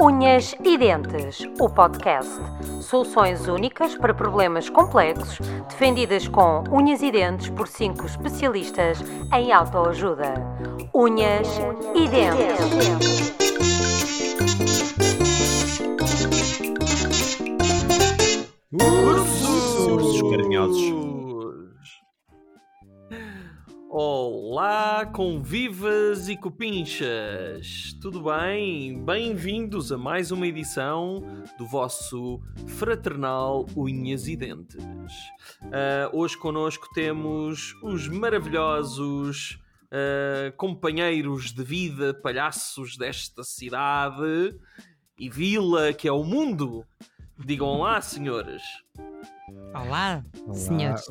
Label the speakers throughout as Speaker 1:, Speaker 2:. Speaker 1: Unhas e Dentes, o podcast. Soluções únicas para problemas complexos, defendidas com unhas e dentes por cinco especialistas em autoajuda. Unhas e Dentes.
Speaker 2: Ursos!
Speaker 3: Ursos carinhosos.
Speaker 2: Olá, convivas e copinchas! Tudo bem? Bem-vindos a mais uma edição do vosso fraternal Unhas e Dentes. Ah, hoje connosco temos os maravilhosos ah, companheiros de vida, palhaços desta cidade e vila que é o mundo. Digam lá, senhores.
Speaker 4: Olá, senhores.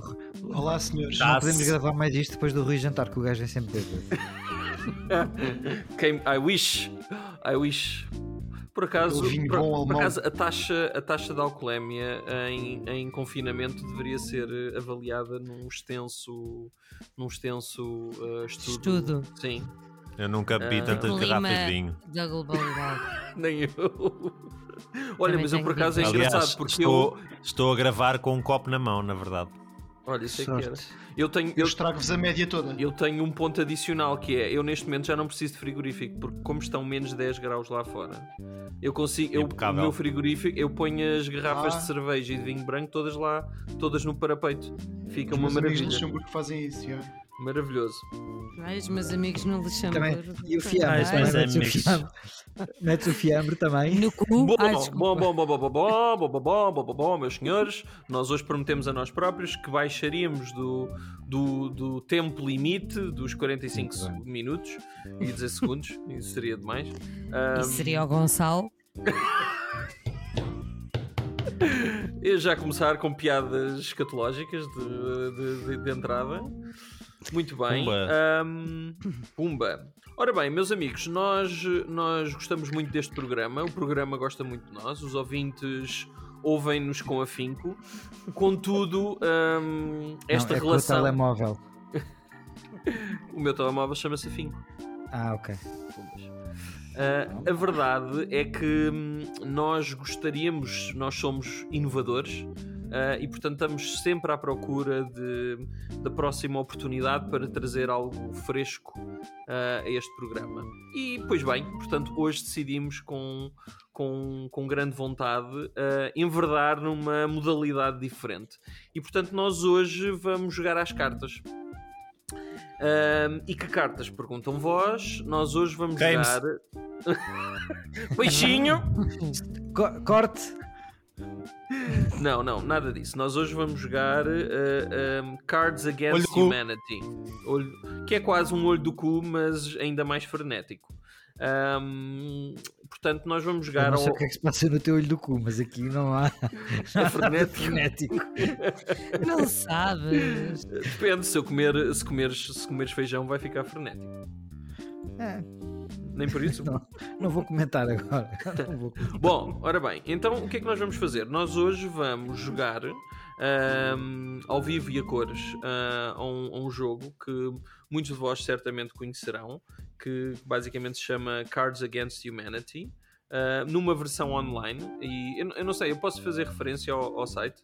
Speaker 5: Olá, senhores.
Speaker 6: Tá.
Speaker 3: Tá-se.
Speaker 5: Não podemos gravar mais isto depois do Rui jantar, que o gajo vem sempre bêbado.
Speaker 2: Quem- I wish. I wish. Por acaso,
Speaker 5: O vinho
Speaker 2: por,
Speaker 5: bom
Speaker 2: por
Speaker 5: alemão.
Speaker 2: acaso a, taxa, a taxa de alcoolemia em, em confinamento deveria ser eh, avaliada num extenso, num extenso eh, estudo.
Speaker 4: Estudo.
Speaker 2: Sim,
Speaker 3: Eu nunca bebi
Speaker 2: Ah.
Speaker 3: tantas
Speaker 4: Clima.
Speaker 3: garrafas de vinho.
Speaker 4: Da globalidade.
Speaker 2: nem eu. Olha,
Speaker 4: Também
Speaker 2: mas eu
Speaker 4: tenho
Speaker 2: por acaso é
Speaker 4: dito.
Speaker 3: Aliás,
Speaker 2: engraçado porque
Speaker 3: estou,
Speaker 2: eu.
Speaker 3: estou a gravar com um copo na mão, na verdade.
Speaker 2: Olha, isso é que era.
Speaker 5: Sorte.
Speaker 2: Eu tenho,
Speaker 6: Eu
Speaker 2: eu,
Speaker 6: estrago-vos a média toda.
Speaker 2: eu tenho um ponto adicional que é: eu neste momento já não preciso de frigorífico porque, como estão menos 10 graus lá fora, eu consigo. Eu, o
Speaker 3: Impecável.
Speaker 2: meu frigorífico, eu ponho as garrafas
Speaker 6: Ah.
Speaker 2: de cerveja e de vinho branco todas lá, todas no parapeito. Fica
Speaker 6: Os
Speaker 2: uma
Speaker 6: meus amigos de
Speaker 2: maravilha.
Speaker 6: Luxemburgo que fazem isso. já. É
Speaker 2: Maravilhoso.
Speaker 4: Ai, os meus amigos no Luxemburgo.
Speaker 5: Também. E o
Speaker 4: Ai,
Speaker 5: fiambre,
Speaker 3: Ai,
Speaker 5: também.
Speaker 3: meus
Speaker 5: Metes o
Speaker 3: amigos.
Speaker 5: fiambre. Metes o fiambre também.
Speaker 4: é No cu.
Speaker 2: Bom,
Speaker 4: Ai, Hum? Ah, desculpa.
Speaker 2: bom, bom, bom, bom, bom, bom, bom, bom, bom, bom, bom, bom, meus senhores, nós hoje prometemos a nós próprios que baixaríamos do, do, do tempo limite dos 45
Speaker 5: Muito bem.
Speaker 2: seg- minutos e 16 segundos, isso seria demais.
Speaker 4: E seria o Gonçalo.
Speaker 2: Eu já começar com piadas escatológicas de, de- de- de entrada. Muito bem.
Speaker 3: Pumba.
Speaker 2: Ahm, pumba. Ora bem, meus amigos, nós, nós gostamos muito deste programa. O programa gosta muito de nós. Os ouvintes ouvem-nos com afinco. Contudo, ahm, esta
Speaker 5: Não, é
Speaker 2: relação.
Speaker 5: com o telemóvel.
Speaker 2: O meu telemóvel chama-se afinco.
Speaker 5: Ah, ok.
Speaker 2: Ah, a verdade é que hum, nós gostaríamos, nós somos inovadores ah, e, portanto, estamos sempre à procura de, da próxima oportunidade para trazer algo fresco ah, a este programa. E, pois bem, portanto, hoje decidimos com, com, com grande vontade ah, enverdar numa modalidade diferente. E, portanto, nós hoje vamos jogar às cartas. Ah, e que cartas? Perguntam vós. Nós hoje vamos
Speaker 3: Games.
Speaker 2: jogar. Peixinho!
Speaker 5: Co- corte.
Speaker 2: Não, não, nada disso. Nós hoje vamos jogar eh, um, Cards
Speaker 3: Olho
Speaker 2: Against
Speaker 3: do cu.
Speaker 2: Humanity. Olho- que é quase um olho do cu, mas ainda mais frenético. Ahm, portanto, nós vamos
Speaker 5: Eu
Speaker 2: jogar
Speaker 5: não
Speaker 2: ao.
Speaker 5: sei o que é que se passa no teu olho do cu, mas aqui não há.
Speaker 2: É frenético.
Speaker 5: Frenético.
Speaker 4: Não sabes.
Speaker 2: Depende, se, eu comer, se, comeres, se comeres feijão, vai ficar frenético.
Speaker 5: É.
Speaker 2: Nem por isso.
Speaker 5: Não, não vou comentar agora. Não vou comentar.
Speaker 2: Bom, ora bem, então o que é que nós vamos fazer? Nós hoje vamos jogar ahm, ao vivo e a cores ah, a, um, a um jogo que muitos de vós certamente conhecerão, que basicamente se chama Cards Against Humanity, ah, numa versão online. E eu, eu não sei, eu posso fazer referência ao, ao site?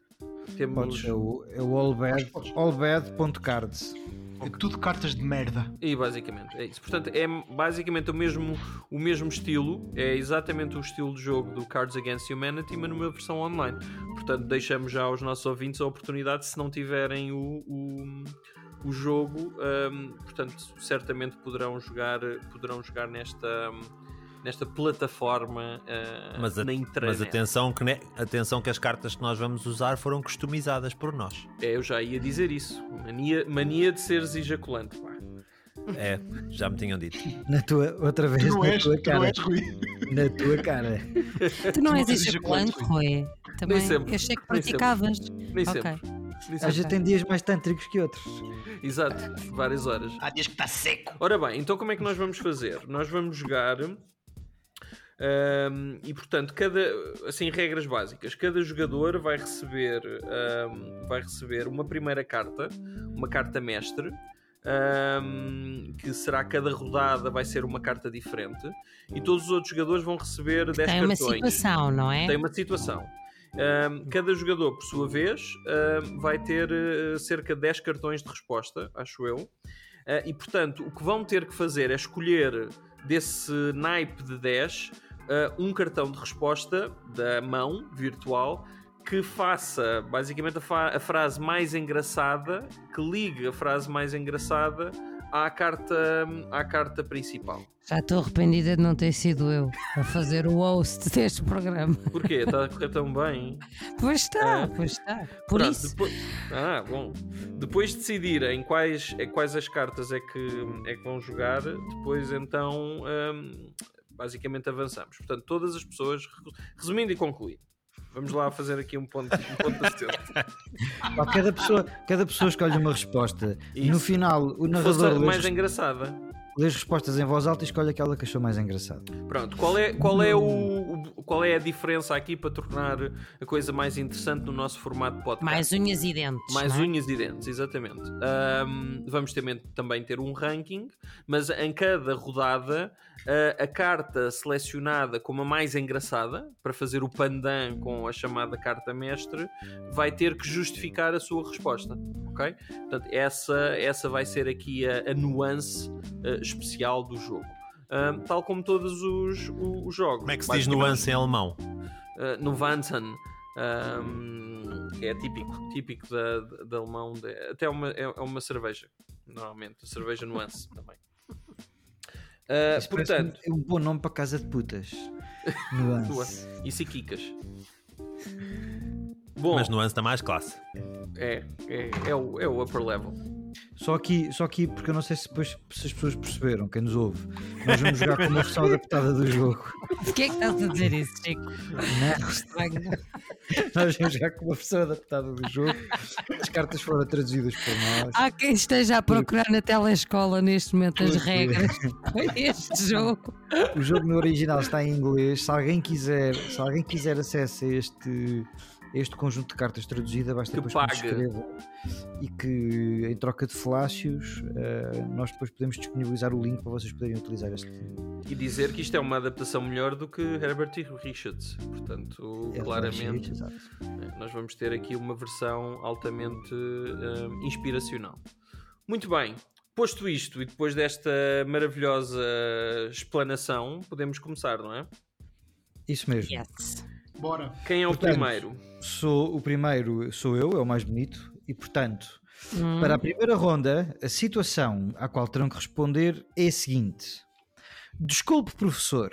Speaker 2: Temos.
Speaker 5: Podes, é o, é o allbad- allbad.cards.
Speaker 6: É tudo cartas de merda.
Speaker 2: E basicamente é isso. Portanto, é basicamente o mesmo, o mesmo estilo, é exatamente o estilo de jogo do Cards Against Humanity, mas numa versão online. Portanto, deixamos já aos nossos ouvintes a oportunidade, se não tiverem o, o, o jogo, hum, portanto, certamente poderão jogar, poderão jogar nesta, hum, nesta plataforma ah,
Speaker 3: Mas, a-
Speaker 2: na
Speaker 3: mas
Speaker 2: internet.
Speaker 3: atenção, que ne- atenção que as cartas que nós vamos usar foram customizadas por nós.
Speaker 2: É, eu já ia dizer isso. Mania, mania de seres ejaculante. Pá.
Speaker 3: É, já me tinham
Speaker 2: Uhum.
Speaker 3: dito.
Speaker 5: Na tua, outra vez,
Speaker 6: Tu não
Speaker 5: na
Speaker 6: és,
Speaker 5: tua
Speaker 6: tu não
Speaker 5: cara.
Speaker 6: és ruim.
Speaker 5: Na tua cara.
Speaker 4: Tu não
Speaker 6: Tu
Speaker 4: és
Speaker 6: não tens
Speaker 4: ejaculante,
Speaker 6: ejaculante,
Speaker 4: Rui. Também.
Speaker 2: Nem sempre.
Speaker 4: Eu achei que
Speaker 2: Nem sempre.
Speaker 4: praticavas.
Speaker 2: Nem
Speaker 4: Ok.
Speaker 2: sempre. Nem
Speaker 5: Às
Speaker 2: sempre.
Speaker 5: vezes tem dias mais tântricos que outros.
Speaker 2: Exato, várias horas.
Speaker 6: Há dias que está seco.
Speaker 2: Ora bem, então como é que nós vamos fazer? Nós vamos jogar. ahm, e portanto, cada assim, regras básicas, cada jogador vai receber, ahm, vai receber uma primeira carta, uma carta mestre, ahm, que será cada rodada vai ser uma carta diferente e todos os outros jogadores vão receber 10
Speaker 4: Tem uma
Speaker 2: cartões.
Speaker 4: situação, não é?
Speaker 2: Tem uma situação. Ahm, cada jogador, por sua vez, ahm, vai ter eh, cerca de 10 cartões de resposta, acho eu. Ah, e portanto, o que vão ter que fazer é escolher desse naipe de 10 ah, um cartão de resposta da mão virtual que faça basicamente a, fa- a frase mais engraçada, que ligue a frase mais engraçada à carta, à carta principal.
Speaker 4: Já estou arrependida de não ter sido eu a fazer o host deste programa.
Speaker 2: Porquê? Está a correr tão bem?
Speaker 4: Pois está,
Speaker 2: É.
Speaker 4: pois está. Por
Speaker 2: Pronto,
Speaker 4: isso,
Speaker 2: depois- Ah, bom. Depois de decidirem quais, é, quais as cartas é que, é que vão jogar, depois então hum, basicamente avançamos. Portanto, todas as pessoas, resumindo e concluindo, vamos lá fazer aqui um ponto, um ponto de assistência.
Speaker 5: Pá, cada, pessoa, cada pessoa escolhe uma resposta. E no
Speaker 2: Isso.
Speaker 5: final, o
Speaker 2: Que fosse a
Speaker 5: narrador lê,
Speaker 2: mais
Speaker 5: as-
Speaker 2: engraçada.
Speaker 5: lê as respostas em voz alta e escolhe aquela que achou mais engraçada.
Speaker 2: Pronto, qual é, qual, é o, o- qual é a diferença aqui para tornar a coisa mais interessante no nosso formato de podcast?
Speaker 4: mais unhas e dentes.
Speaker 2: Mais
Speaker 4: não é?
Speaker 2: unhas e dentes, exatamente. Ahm, vamos também, também ter um ranking, mas em cada rodada, ah, a carta selecionada como a mais engraçada, para fazer o pandan com a chamada carta mestre, vai ter que justificar a sua resposta, ok? Portanto, essa, essa vai ser aqui a, a nuance ah, especial do jogo. Ahm, tal como todos os, o- os jogos.
Speaker 3: Como é que se diz nuance em alemão?
Speaker 2: Uh, no Vansen.
Speaker 5: Hum.
Speaker 2: um, que é típico, típico da, da, da alemão, de- até uma, é, é uma cerveja, normalmente, cerveja nuance também. Uh,
Speaker 5: Isso parece
Speaker 2: portanto,
Speaker 5: um- é um bom nome para casa de putas. Nuance.
Speaker 2: nuance. isso e Kikas. Bom,
Speaker 3: Mas nuance dá mais classe.
Speaker 2: é, é, é, o, é o upper level.
Speaker 5: Só aqui, só aqui, porque eu não sei se depois se as pessoas perceberam, quem nos ouve. Nós vamos jogar com uma versão adaptada do jogo. né?
Speaker 4: Porquê é que estás a dizer isso, Chico? Estranho.
Speaker 5: Nós vamos jogar com uma versão adaptada do jogo. As cartas foram traduzidas por nós.
Speaker 4: Há quem esteja a procurar na telescola neste momento as
Speaker 5: Porque-
Speaker 4: regras para este jogo.
Speaker 5: O jogo no original está em inglês. Se alguém quiser, se alguém quiser acesso a este, a este conjunto de cartas traduzida, basta
Speaker 2: Que
Speaker 5: depois que nos
Speaker 2: pague.
Speaker 5: escreva e que em troca de flácios eh, nós depois podemos disponibilizar o link para vocês poderem utilizar este.
Speaker 2: E dizer que isto é uma adaptação melhor do que Herbert e Richards, portanto, claramente,
Speaker 5: Exato.
Speaker 2: né, nós vamos ter aqui uma versão altamente um, inspiracional. Muito bem, posto isto e depois desta maravilhosa explanação, podemos começar, não é?
Speaker 5: Isso mesmo.
Speaker 4: Yes.
Speaker 6: Bora.
Speaker 2: Quem é o
Speaker 5: Portanto,
Speaker 2: primeiro?
Speaker 5: Sou o primeiro, sou eu, é o mais bonito e portanto.
Speaker 4: Hum,
Speaker 5: Para a primeira ronda, a situação à qual terão que responder é a seguinte: Desculpe, professor,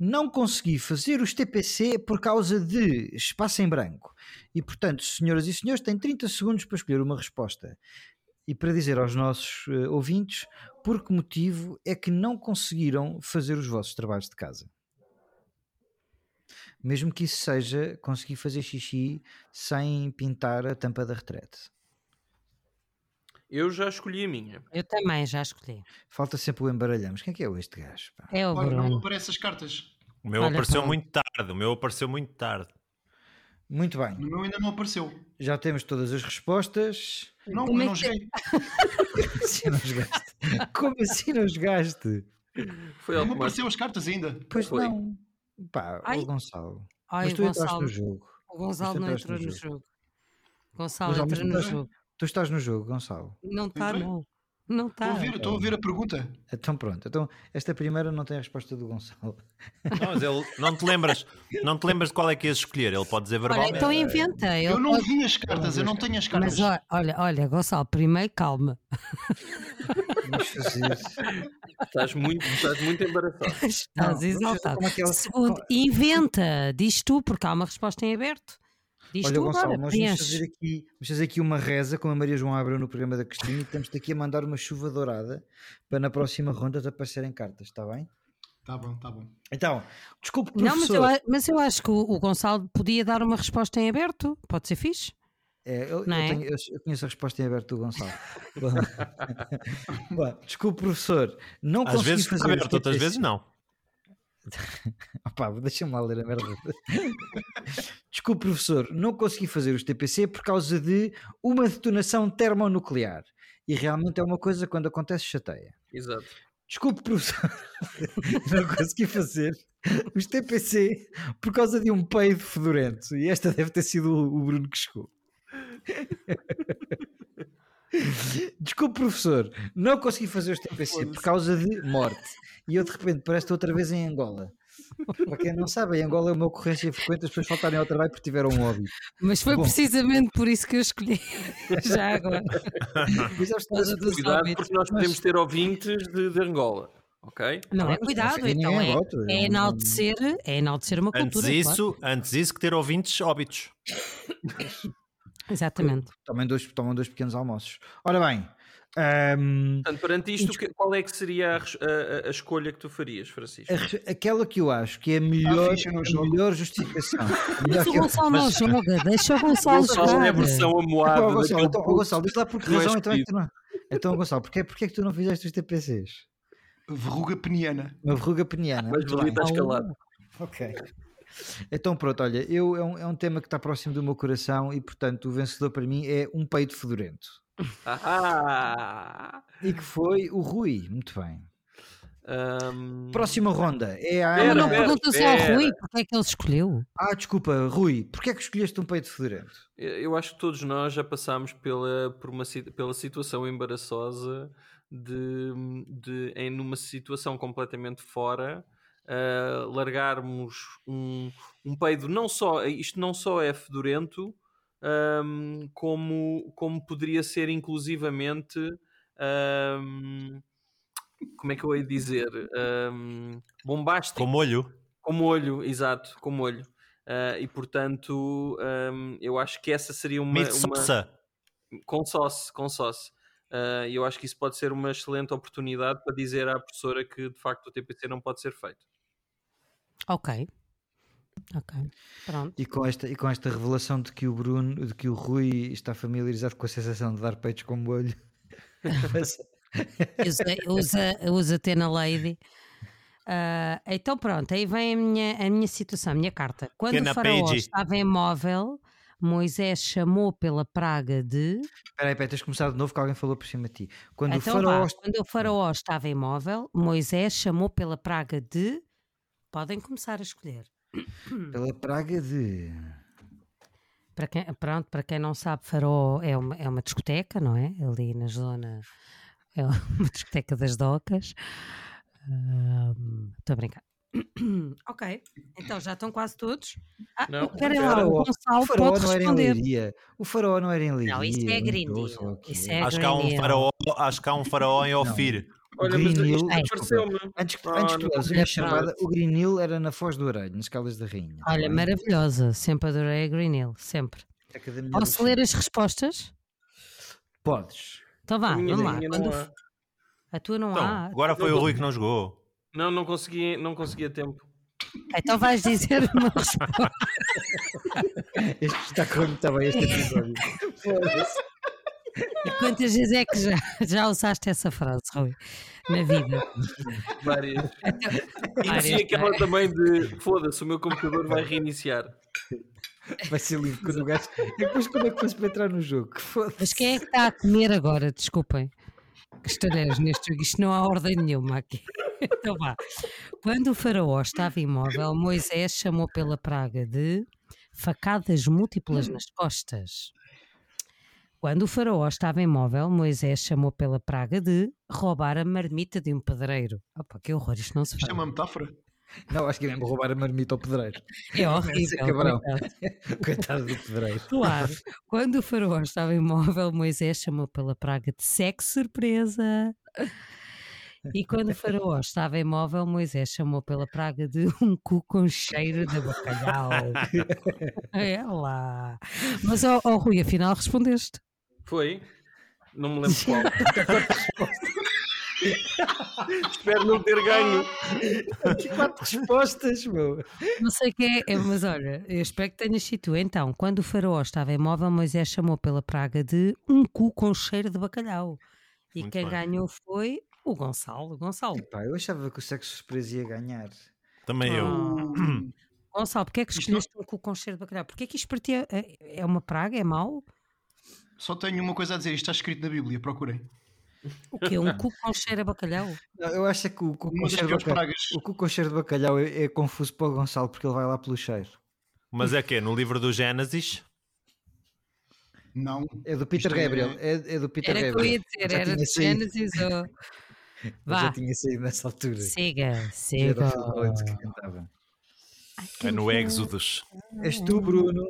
Speaker 5: não consegui fazer os TPC por causa de espaço em branco. E, portanto, senhoras e senhores, têm 30 segundos para escolher uma resposta. E para dizer aos nossos eh, ouvintes por que motivo é que não conseguiram fazer os vossos trabalhos de casa. Mesmo que isso seja conseguir fazer xixi sem pintar a tampa da retrete.
Speaker 2: Eu já escolhi a minha.
Speaker 4: Eu também já escolhi.
Speaker 5: Falta sempre o embaralhamos. Quem é que é este gajo? pá?
Speaker 4: É o
Speaker 6: Olha, não me
Speaker 4: Bruno.
Speaker 6: aparecem as cartas.
Speaker 3: O meu
Speaker 4: Olha,
Speaker 3: apareceu
Speaker 4: pronto.
Speaker 3: muito tarde. O meu apareceu muito tarde.
Speaker 5: Muito
Speaker 6: No
Speaker 5: bem,
Speaker 6: meu ainda não apareceu.
Speaker 5: já temos todas as respostas.
Speaker 6: Não,
Speaker 4: Como é
Speaker 6: não
Speaker 4: que-
Speaker 6: joguei.
Speaker 5: Como assim não jogaste? Como assim não
Speaker 2: Foi
Speaker 5: jogaste?
Speaker 6: Não me
Speaker 2: automático.
Speaker 6: apareceu as cartas ainda.
Speaker 5: Pois
Speaker 2: Foi.
Speaker 5: não. Pá,
Speaker 4: Ai.
Speaker 5: o Gonçalo.
Speaker 4: Ai,
Speaker 5: mas
Speaker 4: o
Speaker 5: tu entraste
Speaker 4: Gonçalo,
Speaker 5: no jogo.
Speaker 4: o Gonçalo
Speaker 5: Mas tu
Speaker 4: não
Speaker 5: entraste
Speaker 4: entrou
Speaker 5: no
Speaker 4: no jogo. Gonçalo
Speaker 5: Mas ao
Speaker 4: entrou
Speaker 5: mesmo
Speaker 4: no
Speaker 5: tempo-
Speaker 4: jogo.
Speaker 5: Tu estás no jogo, Gonçalo.
Speaker 4: Não está,
Speaker 6: Entrei?
Speaker 4: não. Não tá.
Speaker 6: Estou a
Speaker 4: está.
Speaker 6: ouvir, estou a ouvir a pergunta.
Speaker 5: Então pronto. Então, esta primeira não tem a resposta do Gonçalo.
Speaker 3: Não, mas ele- não te lembras, não te lembras de qual é que ias escolher. Ele pode dizer
Speaker 4: Olha,
Speaker 3: verbalmente.
Speaker 4: então inventa. Ele
Speaker 6: Eu não
Speaker 4: pode-
Speaker 6: vi as cartas, eu não tenho as cartas.
Speaker 4: Mas ó- olha, olha, Gonçalo, primeiro calma.
Speaker 5: Vamos fazer.
Speaker 2: Estás muito, estás muito embaraçado.
Speaker 5: Não,
Speaker 4: Estás
Speaker 5: vamos fazer
Speaker 4: exaltado.
Speaker 5: como aquela-
Speaker 4: Segundo, inventa. Diz tu, porque há uma resposta em aberto. Diz
Speaker 5: Olha,
Speaker 4: tu
Speaker 5: Gonçalo,
Speaker 4: agora.
Speaker 5: nós vamos
Speaker 4: preenche.
Speaker 5: fazer, aqui, vamos fazer aqui uma reza com a Maria João Abreu no programa da Cristina e estamos aqui a mandar uma chuva dourada para na próxima ronda te aparecerem cartas, está bem?
Speaker 6: Tá bom, tá bom.
Speaker 5: Então, desculpe, professor.
Speaker 4: Não, mas eu, a- mas eu acho que o, o Gonçalo podia dar uma resposta em aberto. Pode ser fixe?
Speaker 5: É, eu, eu
Speaker 4: Não é?
Speaker 5: tenho- eu- eu conheço a resposta em aberto do Gonçalo. Bom, bom, desculpe, professor. Não
Speaker 3: Às
Speaker 5: consegui
Speaker 3: vezes
Speaker 5: fazer
Speaker 3: está aberto,
Speaker 5: os
Speaker 3: outras
Speaker 5: TPC.
Speaker 3: vezes não.
Speaker 5: Opá, deixa-me lá ler a merda. desculpe, professor. Não consegui fazer os TPC por causa de uma detonação termonuclear. E realmente é uma coisa quando acontece chateia.
Speaker 2: Exato.
Speaker 5: Desculpe, professor, não consegui fazer os TPC por causa de um peido fedorento. E esta deve ter sido o o Bruno que chegou. Desculpe, professor, não consegui fazer os TPC por causa de morte. E eu de repente parece que estou outra vez em Angola. Para quem não sabe, em Angola é uma ocorrência frequente as pessoas faltarem ao trabalho porque tiveram um hobby.
Speaker 4: Mas foi
Speaker 5: Bom.
Speaker 4: precisamente por isso que eu escolhi. Já agora.
Speaker 5: Mas aos
Speaker 4: Por causa dos
Speaker 2: Cuidado,
Speaker 4: óbitos.
Speaker 2: porque nós podemos ter ouvintes de, de Angola. Ok?
Speaker 4: Não, é
Speaker 5: Claro,
Speaker 4: cuidado,
Speaker 5: ninguém
Speaker 4: então é,
Speaker 5: gosta, é
Speaker 4: é
Speaker 5: um-
Speaker 4: enaltecer, é enaltecer uma
Speaker 3: Antes
Speaker 4: cultura. claro.
Speaker 3: isso, antes isso que ter ouvintes óbitos.
Speaker 4: Exatamente.
Speaker 5: Tomem dois, tomam dois pequenos almoços. Ora bem, ahm,
Speaker 2: Portanto, perante isto, o que- qual é que seria a, res- a- a- a escolha que tu farias, Francisco?
Speaker 5: a re- aquela que eu acho que é a melhor,
Speaker 6: ficha no
Speaker 5: a
Speaker 6: jogo.
Speaker 5: melhor justificação. Melhor
Speaker 4: Mas o
Speaker 5: que eu-
Speaker 4: Gonçalo não joga, deixa o Gonçalo
Speaker 2: Gonçalo é
Speaker 4: jogar.
Speaker 2: a versão
Speaker 5: Pá,
Speaker 2: amoada
Speaker 5: Gonçalo,
Speaker 2: daquele
Speaker 5: então,
Speaker 2: puto.
Speaker 5: Gonçalo, diz lá por que
Speaker 2: não é
Speaker 5: razão então é que tu não. Então, Gonçalo, porquê, porquê é que tu não fizeste os TPCs?
Speaker 6: Verruga peniana.
Speaker 5: Uma verruga peniana.
Speaker 2: Mas
Speaker 5: Muito
Speaker 2: Vali está
Speaker 5: bem.
Speaker 2: escalado.
Speaker 5: Ok. Então pronto, olha, eu, é, um, é um tema que está próximo do meu coração e portanto o vencedor para mim é um peito fedorento.
Speaker 2: Ah,
Speaker 5: E que foi o Rui, muito bem.
Speaker 2: Ahm,
Speaker 5: Próxima ronda é a
Speaker 4: Ah, mas
Speaker 2: Pera,
Speaker 4: não
Speaker 5: Ana.
Speaker 2: pera,
Speaker 4: perguntas ao
Speaker 2: pera.
Speaker 4: Rui porque é que ele escolheu.
Speaker 5: Ah, desculpa, Rui, porquê é que escolheste um peito fedorento?
Speaker 2: Eu acho que todos nós já passámos pela, por uma, si- pela situação embaraçosa de, de em numa situação completamente fora, ah, largarmos um, um peido, não só, isto não só é fedorento, ahm, como, como poderia ser inclusivamente, ahm, como é que eu hei de dizer, Ahm, bombástico.
Speaker 3: Com molho.
Speaker 2: Com molho, exato, com molho. Ah, e portanto, ahm, eu acho que essa seria uma.
Speaker 3: Meat
Speaker 2: uma-
Speaker 3: salsa.
Speaker 2: com sauce, com sauce. Ah, E eu acho que isso pode ser uma excelente oportunidade para dizer à professora que de facto o TPC não pode ser feito.
Speaker 4: Ok. Ok. Pronto.
Speaker 5: E com, esta, e com esta revelação de que o Bruno, de que o Rui está familiarizado com a sensação de dar peitos com molho.
Speaker 4: Usa, usa, usa Tena Lady. Ah, então pronto, aí vem a minha, a minha situação, a minha carta. Quando
Speaker 3: Tena
Speaker 4: o faraó
Speaker 3: Page.
Speaker 4: estava imóvel, Moisés chamou pela praga de.
Speaker 5: Espera aí, peraí, tens de começar de novo que alguém falou por cima de ti. Quando
Speaker 4: então,
Speaker 5: o faraó
Speaker 4: vá, quando o faraó estava imóvel, Moisés chamou pela praga de. Podem começar a escolher.
Speaker 5: pela praga de.
Speaker 4: Para quem, pronto, para quem não sabe, Faraó é uma, é uma discoteca, não é? Ali na zona. É uma discoteca das docas. Ahm, Estou a brincar. ok, então já estão quase todos. Ah,
Speaker 2: Não,
Speaker 4: esperem lá,
Speaker 5: faraó.
Speaker 4: o
Speaker 5: O
Speaker 4: Gonçalo
Speaker 5: faraó
Speaker 4: pode
Speaker 5: não era em
Speaker 4: um responder.
Speaker 5: Leiria. O faraó não era em Leiria.
Speaker 4: Não, isso é
Speaker 5: em
Speaker 4: Green
Speaker 5: Doce,
Speaker 4: Deal.
Speaker 5: ou o quê?
Speaker 4: Isso é-
Speaker 3: Acho que há um
Speaker 4: Green Hill.
Speaker 3: faraó, acho que há um faraó em Ofir.
Speaker 2: Olha,
Speaker 5: Green
Speaker 2: mas
Speaker 5: Hill,
Speaker 2: isto
Speaker 4: Ai,
Speaker 2: apareceu-me.
Speaker 5: Antes que,
Speaker 2: Ah,
Speaker 5: antes que tu
Speaker 2: não
Speaker 5: levas
Speaker 4: sabia,
Speaker 5: uma chamada, o Green Hill era na Foz do Orelho, nas Caldas da Rainha.
Speaker 4: Olha, maravilhosa, sempre adorei a Green Hill, sempre.
Speaker 5: Teca da minha
Speaker 4: Posso
Speaker 5: adolescência.
Speaker 4: ler as respostas?
Speaker 5: Podes.
Speaker 4: Então vá,
Speaker 2: A minha-
Speaker 4: vamos
Speaker 2: a
Speaker 4: lá.
Speaker 2: minha
Speaker 4: Quando
Speaker 2: não
Speaker 4: o-
Speaker 2: há.
Speaker 4: A tua não
Speaker 3: Então,
Speaker 4: há.
Speaker 3: agora foi o Rui que não jogou.
Speaker 2: Não, não consegui, não consegui a tempo.
Speaker 4: Então vais dizer uma resposta.
Speaker 5: Este está correndo muito bem este episódio. Foda-se.
Speaker 4: Quantas vezes é que já, já usaste essa frase, Rui? Na vida.
Speaker 2: Várias.
Speaker 4: Várias,
Speaker 2: E aquela também de foda-se, o meu computador vai reiniciar.
Speaker 5: Vai ser livre quando o gajo. E depois como é que fosse para entrar no jogo? Que foda-se.
Speaker 4: Mas quem é que está a comer agora? Desculpem. Que estareios neste jogo. Isto não há ordem nenhuma aqui. Então vá. Quando o faraó estava imóvel, Moisés chamou pela praga de facadas múltiplas nas costas. Quando o faraó estava imóvel, Moisés chamou pela praga de roubar a marmita de um pedreiro. Opa, que horror, isto não se
Speaker 6: Isto é
Speaker 4: faz.
Speaker 6: uma metáfora.
Speaker 5: Não, acho que iremos roubar a marmita ao pedreiro.
Speaker 4: É
Speaker 5: Esse é
Speaker 4: horrível.
Speaker 5: cabrão.
Speaker 4: coitado.
Speaker 5: Coitado do pedreiro.
Speaker 4: Claro. Quando o faraó estava imóvel, Moisés chamou pela praga de sexo surpresa. E quando o faraó estava imóvel, Moisés chamou pela praga de um cu com cheiro de bacalhau. É lá. Mas, ó ó, Rui, afinal respondeste.
Speaker 2: Foi? Não me lembro qual. Espero não ter ganho.
Speaker 5: Aqui quatro respostas, meu.
Speaker 4: Não sei quem é, mas olha, eu espero que tenhas sido tu. Então, quando o faraó estava imóvel, Moisés chamou pela praga de um cu com cheiro de bacalhau. E
Speaker 3: Muito
Speaker 4: quem
Speaker 3: bem.
Speaker 4: ganhou foi o Gonçalo. Gonçalo,
Speaker 5: Epá, eu achava que o sexo surpresa ia ganhar.
Speaker 3: Também eu.
Speaker 4: ah,
Speaker 6: Uh,
Speaker 4: Gonçalo, porque é que escolheste um cu com cheiro de bacalhau? Porque é que isto para ti é, é uma praga? É mau?
Speaker 6: Só tenho uma coisa a dizer, isto está escrito na Bíblia, procurem.
Speaker 4: O quê? Um cu com cheiro a bacalhau?
Speaker 5: Não, eu acho é que o cu
Speaker 6: Uma
Speaker 5: com
Speaker 6: das
Speaker 5: cheiro de
Speaker 6: piores
Speaker 5: bacalhau,
Speaker 6: pragas.
Speaker 5: o cu com cheiro de bacalhau é, é confuso para o Gonçalo porque ele vai lá pelo cheiro.
Speaker 3: Mas é que No livro do Gênesis?
Speaker 6: Não.
Speaker 5: É do Peter
Speaker 6: Isto é-
Speaker 5: Gabriel. É, é do Peter
Speaker 4: Era o que eu ia
Speaker 5: Gabriel.
Speaker 4: dizer,
Speaker 5: Já
Speaker 4: era
Speaker 5: tinha
Speaker 4: de
Speaker 5: saído.
Speaker 4: Genesis ou...
Speaker 5: Eu
Speaker 4: Vá,
Speaker 5: Já tinha saído nessa altura.
Speaker 4: siga,
Speaker 5: Já era
Speaker 4: siga.
Speaker 5: o Phil Collins que cantava.
Speaker 3: É no Exodus.
Speaker 5: És tu, Bruno.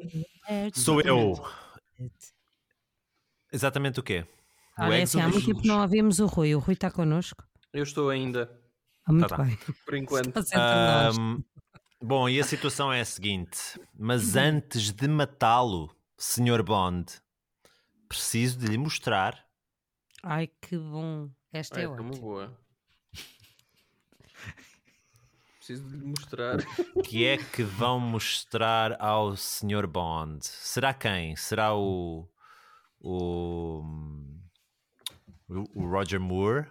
Speaker 4: É
Speaker 3: Sou eu. Exatamente o quê? No
Speaker 4: Olha, assim, há muito tempo não ouvimos o Rui. O Rui está connosco?
Speaker 2: Eu estou ainda,
Speaker 4: Ah, muito
Speaker 3: Tá, tá.
Speaker 4: bem.
Speaker 2: por enquanto.
Speaker 4: Está sempre nós.
Speaker 3: Ahm, bom, e a situação é a seguinte: mas antes de matá-lo, Sr. Bond, preciso de lhe mostrar
Speaker 4: Ai, que bom. Esta
Speaker 2: Ai,
Speaker 4: é
Speaker 2: tá uma
Speaker 4: ótima.
Speaker 2: boa. Preciso de lhe mostrar.
Speaker 3: que é que vão mostrar ao Sr. Bond? Será quem? Será o. O. O Roger Moore?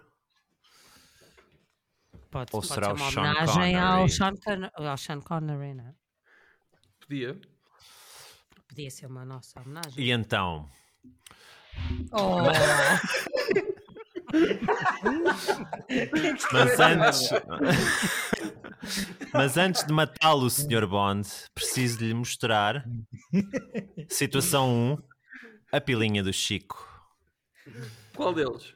Speaker 4: Pode,
Speaker 3: Ou
Speaker 4: pode
Speaker 3: será
Speaker 4: ser
Speaker 3: o
Speaker 4: uma
Speaker 3: Sean
Speaker 4: homenagem ao
Speaker 3: Connery?
Speaker 4: Sean, Connery, ao Sean Connery, não é?
Speaker 2: Podia.
Speaker 4: Podia ser uma nossa homenagem.
Speaker 3: E então?
Speaker 4: Oh,
Speaker 3: Mas antes. Mas antes de matá-lo, Sr. Bond, preciso lhe mostrar. Situação 1. A pilinha do Chico.
Speaker 2: Qual deles?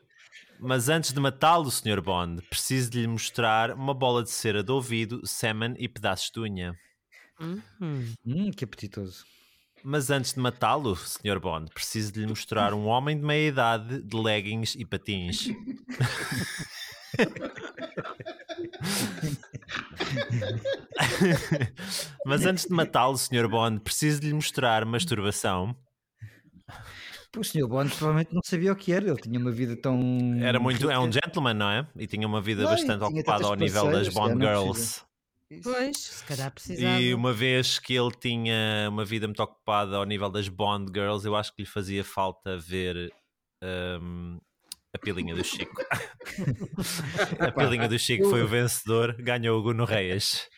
Speaker 3: Mas antes de matá-lo, Sr. Bond, preciso de lhe mostrar uma bola de cera de ouvido, sêmen e pedaços de unha.
Speaker 4: hum.
Speaker 5: Hum, que apetitoso.
Speaker 3: Mas antes de matá-lo, Sr. Bond, preciso de lhe mostrar um homem de meia idade de leggings e patins. Mas antes de matá-lo, Sr. Bond, preciso de lhe mostrar masturbação.
Speaker 5: O Sr. Bond provavelmente não sabia o que era. Ele tinha uma vida tão.
Speaker 3: Era muito, é um gentleman, não é? E tinha uma vida
Speaker 5: Não, e
Speaker 3: bastante
Speaker 5: tinha
Speaker 3: ocupada
Speaker 5: tantas
Speaker 3: ao nível das
Speaker 5: parceiras,
Speaker 3: Bond
Speaker 5: é, não
Speaker 3: Girls.
Speaker 5: precisa.
Speaker 4: Pois, se calhar precisava.
Speaker 3: E uma vez que ele tinha uma vida muito ocupada ao nível das Bond Girls, eu acho que lhe fazia falta ver hum, a pilinha do Chico. a pilinha do Chico foi o vencedor, ganhou o Guno Reis.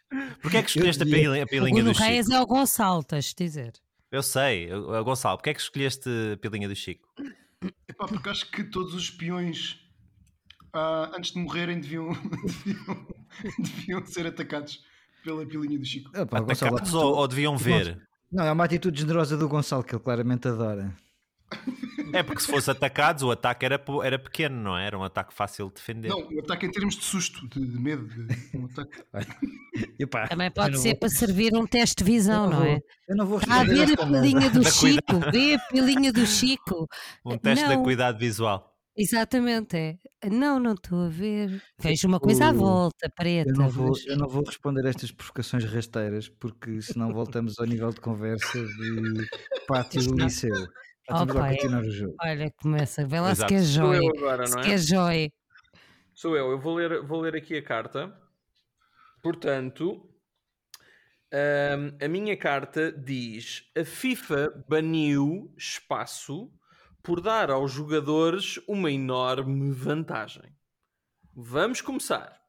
Speaker 3: Porquê é que escolheste a
Speaker 5: devia-
Speaker 3: pilinha, a
Speaker 4: O
Speaker 3: pilinha
Speaker 4: Bruno
Speaker 3: do Chico?
Speaker 4: Reis é o Gonçalo, tens de dizer.
Speaker 3: Eu sei, eu- eu- Gonçalo, porquê é que escolheste a pilinha do Chico?
Speaker 6: Epá, porque acho que todos os espiões, ah, antes de morrerem, deviam, deviam, deviam ser atacados pela pilinha do Chico.
Speaker 5: Ah, pá, o Gonçalo-
Speaker 3: Atacados ou, ou deviam ver?
Speaker 5: Não, é uma atitude generosa do Gonçalo que ele claramente adora.
Speaker 3: É porque se fosse atacados, o ataque era, po- era pequeno, não é? Era um ataque fácil de defender.
Speaker 6: Não, um ataque em termos de susto, de, de medo. de- um ataque.
Speaker 5: E pá,
Speaker 4: Também
Speaker 5: eu
Speaker 4: pode
Speaker 5: não
Speaker 4: ser
Speaker 5: vou-
Speaker 4: para servir um teste de visão,
Speaker 5: eu
Speaker 4: não,
Speaker 5: vou-
Speaker 4: é?
Speaker 5: Eu não vou
Speaker 4: Está a ver
Speaker 5: responder.
Speaker 4: a pilinha do
Speaker 3: Da
Speaker 4: Chico, vê a pilinha do Chico.
Speaker 3: Um teste de
Speaker 4: Não.
Speaker 3: cuidado visual.
Speaker 4: Exatamente, é. Não, não estou a ver. Vejo uma coisa à
Speaker 5: Tipo,
Speaker 4: volta, preta.
Speaker 5: Eu não, vou,
Speaker 4: mas-
Speaker 5: eu não vou responder a estas provocações rasteiras, porque senão voltamos ao nível de conversa de pátio do liceu. Já estamos
Speaker 4: Opa,
Speaker 5: a
Speaker 4: é.
Speaker 5: continuar o jogo.
Speaker 4: Olha, começa. Vê lá se
Speaker 3: Exato.
Speaker 4: quer
Speaker 2: Sou
Speaker 4: joia.
Speaker 2: eu agora,
Speaker 4: Se
Speaker 2: não
Speaker 4: quer
Speaker 2: é?
Speaker 4: joia.
Speaker 2: Sou eu. Eu vou ler, vou ler aqui a carta. Portanto, ahm, a minha carta diz: a FIFA baniu espaço por dar aos jogadores uma enorme vantagem. Vamos começar.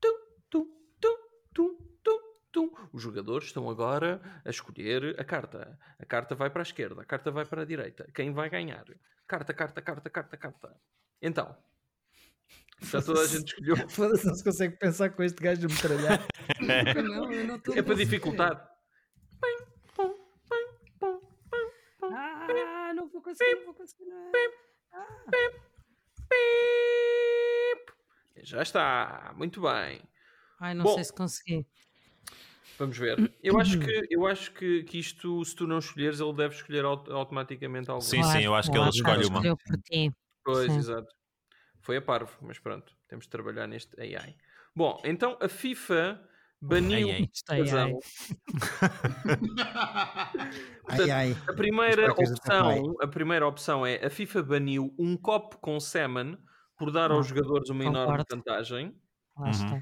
Speaker 2: Tum, tum, tum, tum, tum, tum. Os jogadores estão agora a escolher a carta. A carta vai para a esquerda, a carta vai para a direita. Quem vai ganhar? Carta, carta, carta, carta, carta. Então, já toda a gente escolheu.
Speaker 5: Foda-se, não se consegue pensar com este gajo metralhado.
Speaker 4: Não, eu não estou
Speaker 2: É para dificultar.
Speaker 4: Ah, não vou conseguir, não é? vou conseguir.
Speaker 2: Já está, muito bem.
Speaker 4: Ai, não
Speaker 2: Bom.
Speaker 4: sei se consegui.
Speaker 2: Vamos ver. Eu acho que, eu acho que, que isto, se tu não escolheres, ele deve escolher aut- automaticamente algum.
Speaker 3: Sim, sim, eu acho que ele
Speaker 4: Ah,
Speaker 3: escolhe uma.
Speaker 4: escolheu por ti.
Speaker 2: Pois,
Speaker 4: Sim.
Speaker 2: exato. Foi a parvo, mas pronto, temos de trabalhar neste AI. Bom, então a FIFA baniu um
Speaker 3: Ai, ai.
Speaker 4: Isto é, ai.
Speaker 2: razão.
Speaker 5: Ai, ai.
Speaker 2: A primeira
Speaker 5: As placas do papai.
Speaker 2: opção, a primeira opção é a FIFA baniu um copo com semen por dar aos
Speaker 4: Ah,
Speaker 2: jogadores uma enorme
Speaker 4: concordo.
Speaker 2: vantagem.
Speaker 4: Lá está.
Speaker 3: Uhum.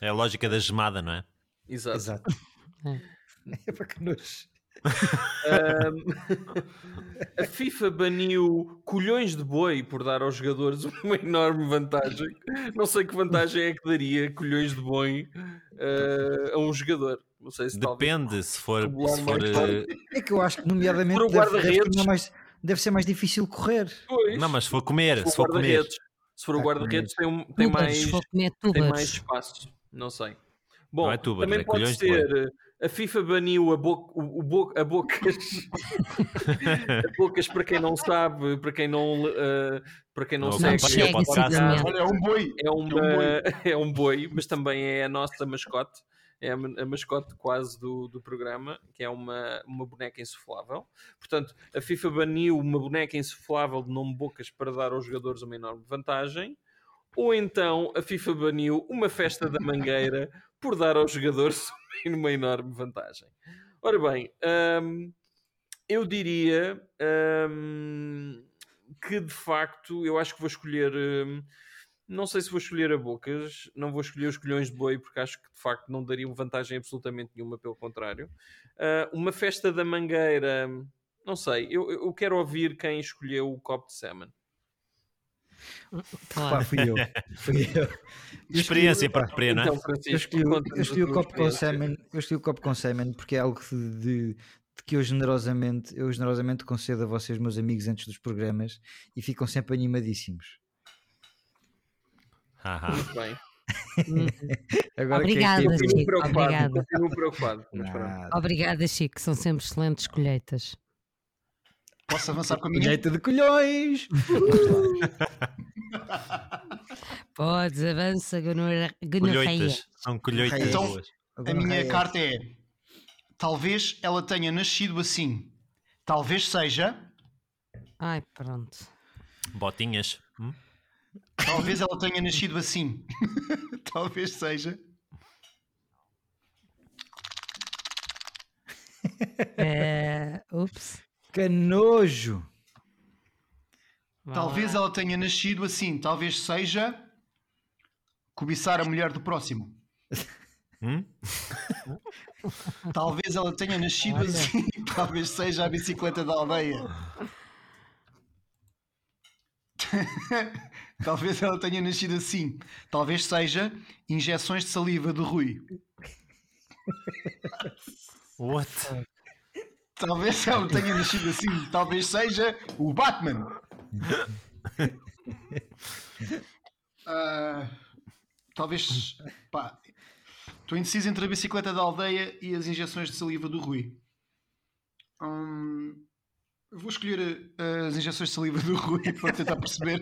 Speaker 3: É a lógica da gemada, não é?
Speaker 2: Exato.
Speaker 5: Exato.
Speaker 4: É.
Speaker 5: É para que nos.
Speaker 2: A FIFA baniu colhões de boi por dar aos jogadores uma enorme vantagem. Não sei que vantagem é que daria colhões de boi eh, a um jogador. Não sei se talvez-
Speaker 3: Depende, se for,
Speaker 2: Regular
Speaker 3: se for,
Speaker 2: mais
Speaker 3: eh,
Speaker 2: tarde.
Speaker 5: É que eu acho que, nomeadamente,
Speaker 2: Por um
Speaker 5: deve- deve
Speaker 2: guarda-redes.
Speaker 5: tornar mais- deve ser mais difícil correr.
Speaker 2: Pois.
Speaker 3: Não, mas se for comer,
Speaker 2: se
Speaker 3: se for
Speaker 2: for
Speaker 3: comer.
Speaker 2: guarda-redes, se for o guarda-redes, tem, um- tem
Speaker 4: Tubers,
Speaker 2: mais.
Speaker 4: vou comer
Speaker 2: tem mais
Speaker 4: tubers.
Speaker 2: espaço, não sei. Bom,
Speaker 3: Não é tuba,
Speaker 2: também
Speaker 3: é
Speaker 2: pode
Speaker 3: colhões de
Speaker 2: ser eh, a FIFA baniu a, boca, o, o boca, a bocas a bocas para quem não sabe, para quem não eh, para quem não,
Speaker 3: Não
Speaker 2: segue,
Speaker 3: acompanha
Speaker 2: o
Speaker 3: o
Speaker 2: podcast,
Speaker 4: podcast.
Speaker 6: Olha, é um boi.
Speaker 2: é uma
Speaker 6: É um
Speaker 2: é um boi, mas também é a nossa mascote, é a ma- a mascote quase do, do programa, que é uma, uma boneca insuflável. Portanto, a FIFA baniu uma boneca insuflável de nome Bocas para dar aos jogadores uma enorme vantagem, ou então a FIFA baniu uma festa da mangueira por dar aos jogadores uma enorme vantagem. Ora bem, hum, eu diria hum, que de facto eu acho que vou escolher. hum, não sei se vou escolher a Bocas, não vou escolher os colhões de boi, porque acho que de facto não dariam vantagem absolutamente nenhuma, pelo contrário. Ah, uma festa da mangueira, não sei, eu, eu quero ouvir quem escolheu o copo de salmon.
Speaker 5: Pá,
Speaker 4: Claro.
Speaker 5: fui eu. Fui eu. Eu escolhi-
Speaker 3: Experiência
Speaker 5: pá,
Speaker 3: para crer, não é?
Speaker 2: Então,
Speaker 5: Eu
Speaker 6: assim,
Speaker 2: Francisco,
Speaker 5: escolhi, o-
Speaker 2: conta-nos
Speaker 5: eu escolhi
Speaker 2: a
Speaker 5: o
Speaker 2: tua
Speaker 5: copo com
Speaker 2: experiência.
Speaker 5: semen, eu escolhi o copo com semen porque é algo de, de- de que eu generosamente, eu generosamente concedo a vocês, meus amigos, antes dos programas e ficam sempre animadíssimos.
Speaker 3: Haha.
Speaker 2: Muito bem.
Speaker 5: Agora é quem
Speaker 4: Obrigada,
Speaker 5: teve-
Speaker 4: Chico,
Speaker 2: Continuo preocupado,
Speaker 4: obrigada.
Speaker 2: continuo preocupado. Mas pronto.
Speaker 5: Nada.
Speaker 4: Obrigada, Chico, são sempre excelentes colheitas.
Speaker 6: Posso avançar com a minha?
Speaker 5: Colheita de colhões!
Speaker 4: Podes, avança, gonor- gonorreia.
Speaker 3: Colhoitas. São colhoitas
Speaker 6: Então-
Speaker 3: boas.
Speaker 5: Agora
Speaker 6: A minha
Speaker 5: raia.
Speaker 6: carta é: talvez ela tenha nascido assim. Talvez seja,
Speaker 4: Ai, pronto.
Speaker 3: Botinhas. Hum?
Speaker 6: talvez ela tenha nascido assim. talvez seja.
Speaker 4: Eh, ups.
Speaker 5: Que nojo!
Speaker 4: Vá
Speaker 6: Talvez
Speaker 4: lá.
Speaker 6: ela tenha nascido assim. Talvez seja cobiçar a mulher do próximo.
Speaker 3: Hum?
Speaker 6: Talvez ela tenha nascido assim. Talvez seja a bicicleta da aldeia. Talvez ela tenha nascido assim. Talvez seja injeções de saliva de Rui.
Speaker 3: What?
Speaker 6: Talvez ela tenha nascido assim. Talvez seja o Batman. Ah, talvez. Pá. Estou indeciso entre a bicicleta da aldeia e as injeções de saliva do Rui. Hum, vou escolher a- as injeções de saliva do Rui para tentar perceber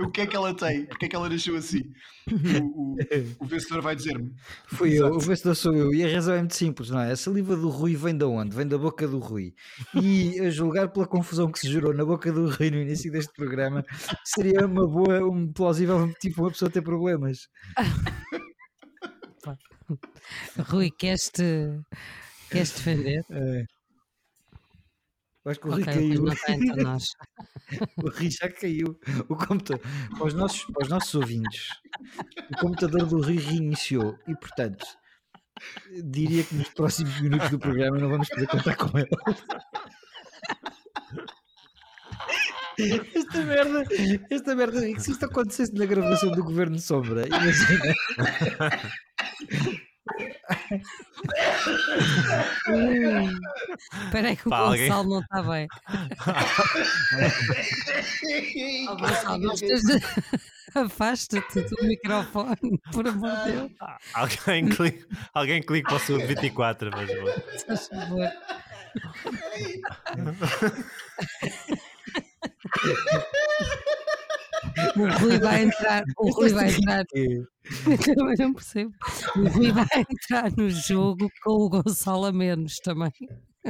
Speaker 6: o que é que ela tem, porque é que ela nasceu assim. O, o- o vencedor vai dizer-me.
Speaker 5: Fui eu, o vencedor sou eu. E a razão é muito simples, não é? A saliva do Rui vem de onde? Vem da boca do Rui. E a julgar pela confusão que se gerou na boca do Rui no início deste programa, seria uma boa, um plausível tipo uma pessoa ter problemas.
Speaker 4: Rui, queres-te queres defender?
Speaker 5: É. Eu Acho que o Rui
Speaker 4: Ok, pois
Speaker 5: caiu.
Speaker 4: não está entre nós.
Speaker 5: O Rui já caiu. O computador. Para os nossos, para os nossos ouvintes, o computador do Rui reiniciou. E, portanto, diria que nos próximos minutos do programa não vamos poder contar com ele. Esta merda, esta merda, é que se isto acontecesse na gravação do Governo Sombra, imagina.
Speaker 4: Espera aí que o
Speaker 3: Pá, alguém-
Speaker 4: Gonçalo não está bem. Ó, Gonçalo, não estejas- Afasta-te do microfone, por amor de Deus.
Speaker 3: Alguém clique, alguém clique para o segundo 24, mas bom.
Speaker 4: se faz favor. O Rui vai entrar, o Rui vai entrar. Eu também não percebo. O Rui vai entrar no jogo com o Gonçalo a menos também.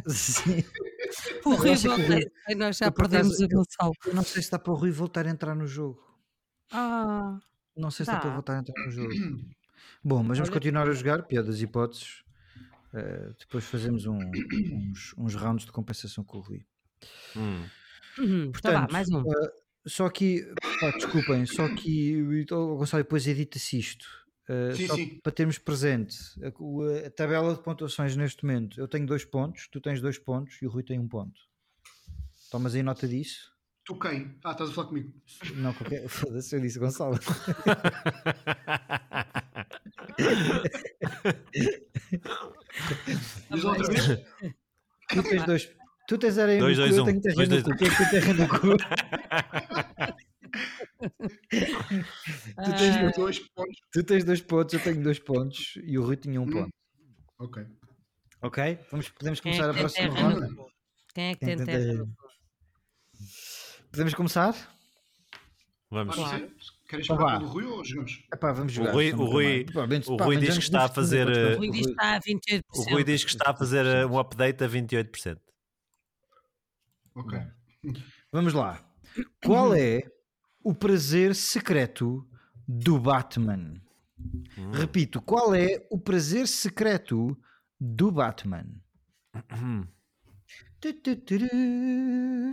Speaker 5: Sim.
Speaker 4: O Rui
Speaker 5: sei que o
Speaker 4: volta.
Speaker 5: Rui-
Speaker 4: Ai, Nós já
Speaker 5: eu por
Speaker 4: perdemos
Speaker 5: acaso-
Speaker 4: o Gonçalo.
Speaker 5: Eu não sei se dá para o Rui voltar a entrar no jogo.
Speaker 4: Ah,
Speaker 5: Não sei se dá,
Speaker 4: Dá.
Speaker 5: para voltar a entrar no jogo. Bom, mas vamos continuar a jogar, pior das hipóteses. Eh, depois fazemos um- uns, uns rounds de compensação com o Rui.
Speaker 3: Hum.
Speaker 4: uhum, tá vá,
Speaker 5: Portanto,
Speaker 4: mais um.
Speaker 5: Só que, pá, desculpem, só que o Gonçalo depois edita-se isto. Eh,
Speaker 6: Sim,
Speaker 5: só
Speaker 6: sim.
Speaker 5: Para termos presente a, o- a tabela de pontuações neste momento, eu tenho dois pontos, tu tens dois pontos e o Rui tem um ponto. Tomas aí nota disso?
Speaker 6: Tu quem? Ah, estás a falar comigo.
Speaker 5: Não, qualquer. Foda-se, eu disse Gonçalo.
Speaker 6: Diz lá outra vez.
Speaker 7: Tá
Speaker 4: Tá
Speaker 5: Tu tens dois, Tu tens areia
Speaker 3: Dois,
Speaker 5: no
Speaker 3: dois,
Speaker 5: cu,
Speaker 3: um.
Speaker 5: eu tenho terra
Speaker 3: Dois,
Speaker 5: no
Speaker 3: dois,
Speaker 5: cu.
Speaker 3: um.
Speaker 5: Quem é que tem terra no cu?
Speaker 6: Tu tens os dois pontos.
Speaker 5: Tu tens dois pontos, eu tenho dois pontos e o Rui tinha um
Speaker 6: Hum.
Speaker 5: ponto.
Speaker 6: Ok.
Speaker 5: Ok? Vamos, podemos
Speaker 4: Quem é
Speaker 5: começar a
Speaker 4: que tem
Speaker 5: próxima
Speaker 4: terra no
Speaker 5: ronda?
Speaker 4: cu? Quem é que tem terra no cu?
Speaker 5: Podemos começar?
Speaker 3: Vamos.
Speaker 6: Pode
Speaker 4: Claro.
Speaker 6: ser? Queres
Speaker 5: Então
Speaker 6: esperar
Speaker 5: vá.
Speaker 6: pelo Rui ou jogamos?
Speaker 5: Epá, vamos
Speaker 3: O
Speaker 5: jogar.
Speaker 3: Rui-
Speaker 5: só um
Speaker 3: o Rui-
Speaker 5: bocadinho. Provavelmente-
Speaker 3: o
Speaker 5: pá,
Speaker 3: Rui
Speaker 5: mas
Speaker 3: diz que
Speaker 5: vamos-
Speaker 3: está a
Speaker 5: vamos
Speaker 3: fazer,
Speaker 5: continuar
Speaker 3: eh,
Speaker 5: com
Speaker 4: O
Speaker 5: o
Speaker 4: Luís
Speaker 5: Rui.
Speaker 4: está a 28%.
Speaker 3: O Rui diz que está a fazer eh, um update a 28%.
Speaker 6: Ok.
Speaker 5: Vamos lá. Qual é o prazer secreto do Batman? Repito, qual é o prazer secreto do Batman?
Speaker 3: Hum.
Speaker 5: Tututuru,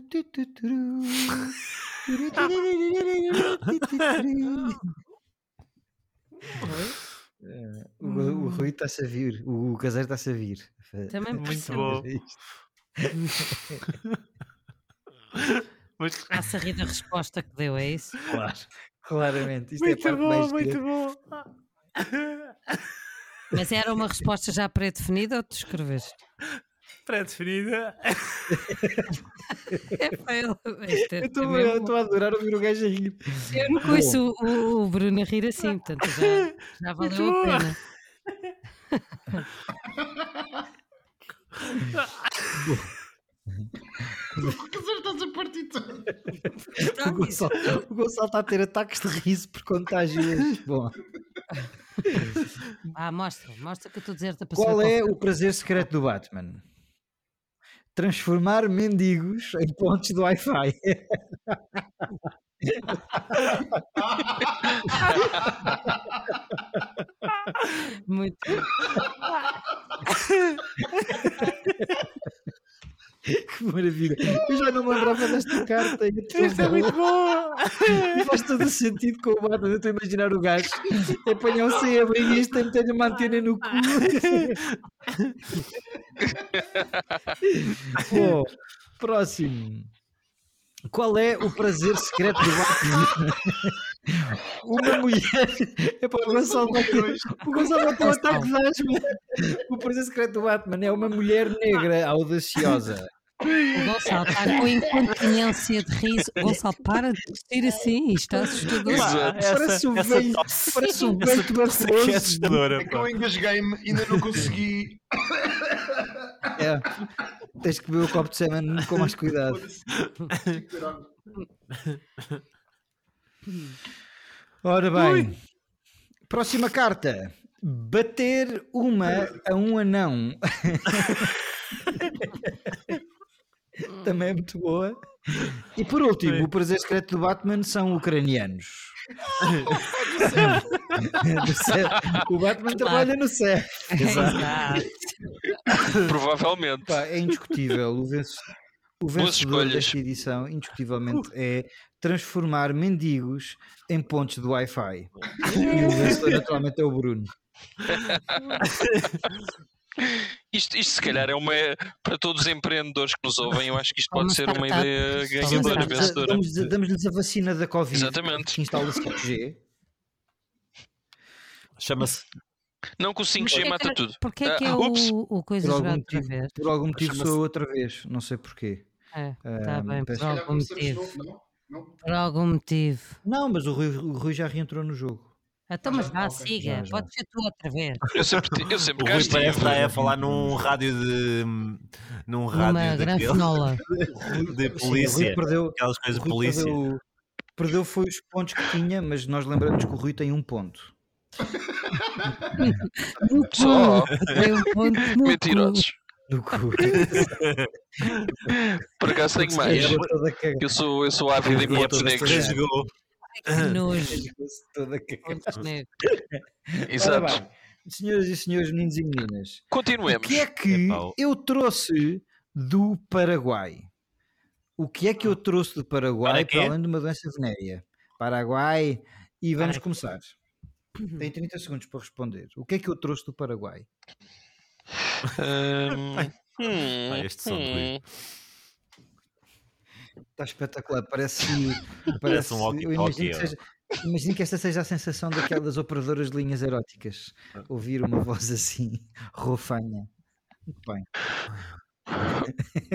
Speaker 5: tututuru, Eh, O, o Rui está-se a vir, o, o caseiro está-se a vir.
Speaker 4: Também
Speaker 3: Muito
Speaker 4: percebe.
Speaker 3: bom.
Speaker 4: Está-se a rir da resposta que deu, é isso?
Speaker 5: Claro, claramente. Isto é a parte mais grande.
Speaker 3: bom. Ah,
Speaker 4: Mas era uma resposta já pré-definida ou tu escreveste?
Speaker 3: Pré-definida.
Speaker 4: É para ele. Isto é-
Speaker 5: Eu
Speaker 4: é
Speaker 5: estou
Speaker 4: mesmo-
Speaker 5: eu estou a adorar ouvir o gajo a rir.
Speaker 4: Eu não conheço o, o- o Bruno a rir assim, portanto já, já valeu a
Speaker 3: boa.
Speaker 4: pena.
Speaker 6: O que estás a partir todo?
Speaker 5: O
Speaker 4: Então, isso-
Speaker 5: Gonçalo, o Gonçalo está a ter ataques de riso por contágios. Bom,
Speaker 4: Ah, mostra, mostra que eu estou deserta para
Speaker 5: qual
Speaker 4: saber
Speaker 5: é o prazer secreto do Batman? Transformar mendigos em pontos do Wi-Fi.
Speaker 4: qual- Muito bem.
Speaker 5: Que maravilha. Eu já não me lembrava desta carta. e eu
Speaker 3: Isto é muito bom.
Speaker 5: E faz todo o sentido com o Batman. Eu estou a imaginar o gajo a apanhar o sem abrir isto e meter-lhe uma antena no cu. Bom, próximo. Qual é o prazer secreto do Batman? Uma mulher. É para o Gonçalo vai ter- O Gonçalo vai ter um ataque de asma. O prazer secreto do Batman é uma mulher negra audaciosa.
Speaker 4: O Gonçalo está com incontinência de riso. Gonçalo, para de vestir assim, isto é assustador.
Speaker 3: Pá,
Speaker 5: Parece um
Speaker 3: essa
Speaker 5: velho-
Speaker 3: tosse-
Speaker 5: Parece um
Speaker 3: essa
Speaker 5: beijo
Speaker 3: tosse é que é
Speaker 5: tuberculoso.
Speaker 3: assustadora,
Speaker 6: É que
Speaker 3: pá.
Speaker 6: eu engasguei-me, ainda não consegui.
Speaker 5: É. Tens que beber o copo de semen com mais cuidado. Ora bem. Próxima carta. Bater uma a um anão. Também é muito boa. E por último, o prazer secreto do Batman são ucranianos. Do CEF. o Batman trabalha no CEF.
Speaker 4: Exato.
Speaker 7: Provavelmente.
Speaker 5: Pá, é indiscutível. O, venço- o
Speaker 7: Boas
Speaker 5: vencedor
Speaker 7: escolhas. Uh.
Speaker 5: desta edição, indiscutivelmente, é transformar mendigos em pontos do Wi-Fi. E o vencedor, naturalmente, é o Bruno.
Speaker 7: Isto, isto se calhar é uma. Para todos os empreendedores que nos ouvem, eu acho que isto
Speaker 4: Uma
Speaker 7: pode ser uma
Speaker 4: startup.
Speaker 7: ideia
Speaker 4: Sim,
Speaker 5: Sim,
Speaker 4: Dona
Speaker 7: ganhadora,
Speaker 4: startup.
Speaker 5: damos-
Speaker 7: vencedora.
Speaker 5: damos- Damos-lhes a vacina da Covid.
Speaker 7: Exatamente.
Speaker 5: Que instala-se 5G.
Speaker 3: Chama-se
Speaker 7: Não que o 5G
Speaker 4: Porquê
Speaker 7: mata
Speaker 4: que-
Speaker 7: tudo.
Speaker 4: Porquê é que
Speaker 7: Ah,
Speaker 4: é
Speaker 7: ups.
Speaker 4: o, o coisa
Speaker 5: Por algum
Speaker 4: jogado outra
Speaker 5: motivo.
Speaker 4: vez?
Speaker 5: Por algum motivo
Speaker 3: Chama-se-
Speaker 5: sou outra vez, não sei porquê.
Speaker 4: Está
Speaker 5: Ah,
Speaker 4: bem,
Speaker 5: peço-
Speaker 4: por algum motivo. Por algum motivo.
Speaker 5: Não, mas o Rui, o Rui já reentrou no jogo.
Speaker 4: Então, mas
Speaker 6: já-
Speaker 4: vá,
Speaker 6: ok.
Speaker 4: siga.
Speaker 5: Já, já.
Speaker 4: Pode ser tu outra vez.
Speaker 7: Eu sempre, ti- eu sempre
Speaker 3: O
Speaker 7: cá
Speaker 3: Rui
Speaker 7: estive.
Speaker 3: parece estar a falar num rádio de. num
Speaker 4: Uma
Speaker 3: rádio
Speaker 4: grande
Speaker 3: daquele.
Speaker 4: fenola.
Speaker 3: De
Speaker 5: Sim, o
Speaker 3: polícia.
Speaker 5: Rui perdeu,
Speaker 3: Aquelas coisas
Speaker 5: o
Speaker 3: de
Speaker 5: Rui
Speaker 3: polícia.
Speaker 5: Perdeu, perdeu foi os pontos que tinha, mas nós lembramos que o Rui tem um ponto.
Speaker 4: No cu.
Speaker 7: Só.
Speaker 4: Tem um ponto no cu.
Speaker 7: Oh, Mentirosos.
Speaker 5: No cu.
Speaker 7: Por acaso tenho mais.
Speaker 5: Ficou toda cagada.
Speaker 7: Eu sou, eu sou ávido em pontos negros.
Speaker 3: Rasgou.
Speaker 4: Que nojo.
Speaker 5: Ficou-se toda cagada.
Speaker 4: Pontos negros.
Speaker 5: Ora
Speaker 7: Exato.
Speaker 5: bem, Senhoras e senhores, meninos e meninas, o
Speaker 7: Continuemos.
Speaker 5: que é que
Speaker 3: Epá, o-
Speaker 5: eu trouxe do Paraguai? O que é que eu trouxe do Paraguai
Speaker 3: Ah. Para
Speaker 5: para,
Speaker 3: quê?
Speaker 5: além de uma doença venérea? Paraguai, e vamos começar.
Speaker 3: Uhum.
Speaker 5: Tem 30 segundos para responder. O que é que eu trouxe do Paraguai?
Speaker 7: Hum, hum,
Speaker 3: Pá, é?" este som de Rui.
Speaker 7: hum.
Speaker 5: Está espetacular, parece. parece
Speaker 3: Parece um
Speaker 5: eu imagino
Speaker 3: walkie-talkie,
Speaker 5: que,
Speaker 3: ó.
Speaker 5: seja, imagino que esta seja a sensação daquelas operadoras de linhas
Speaker 3: Ah.
Speaker 5: eróticas. Ouvir uma voz assim, rofanha. Muito bem.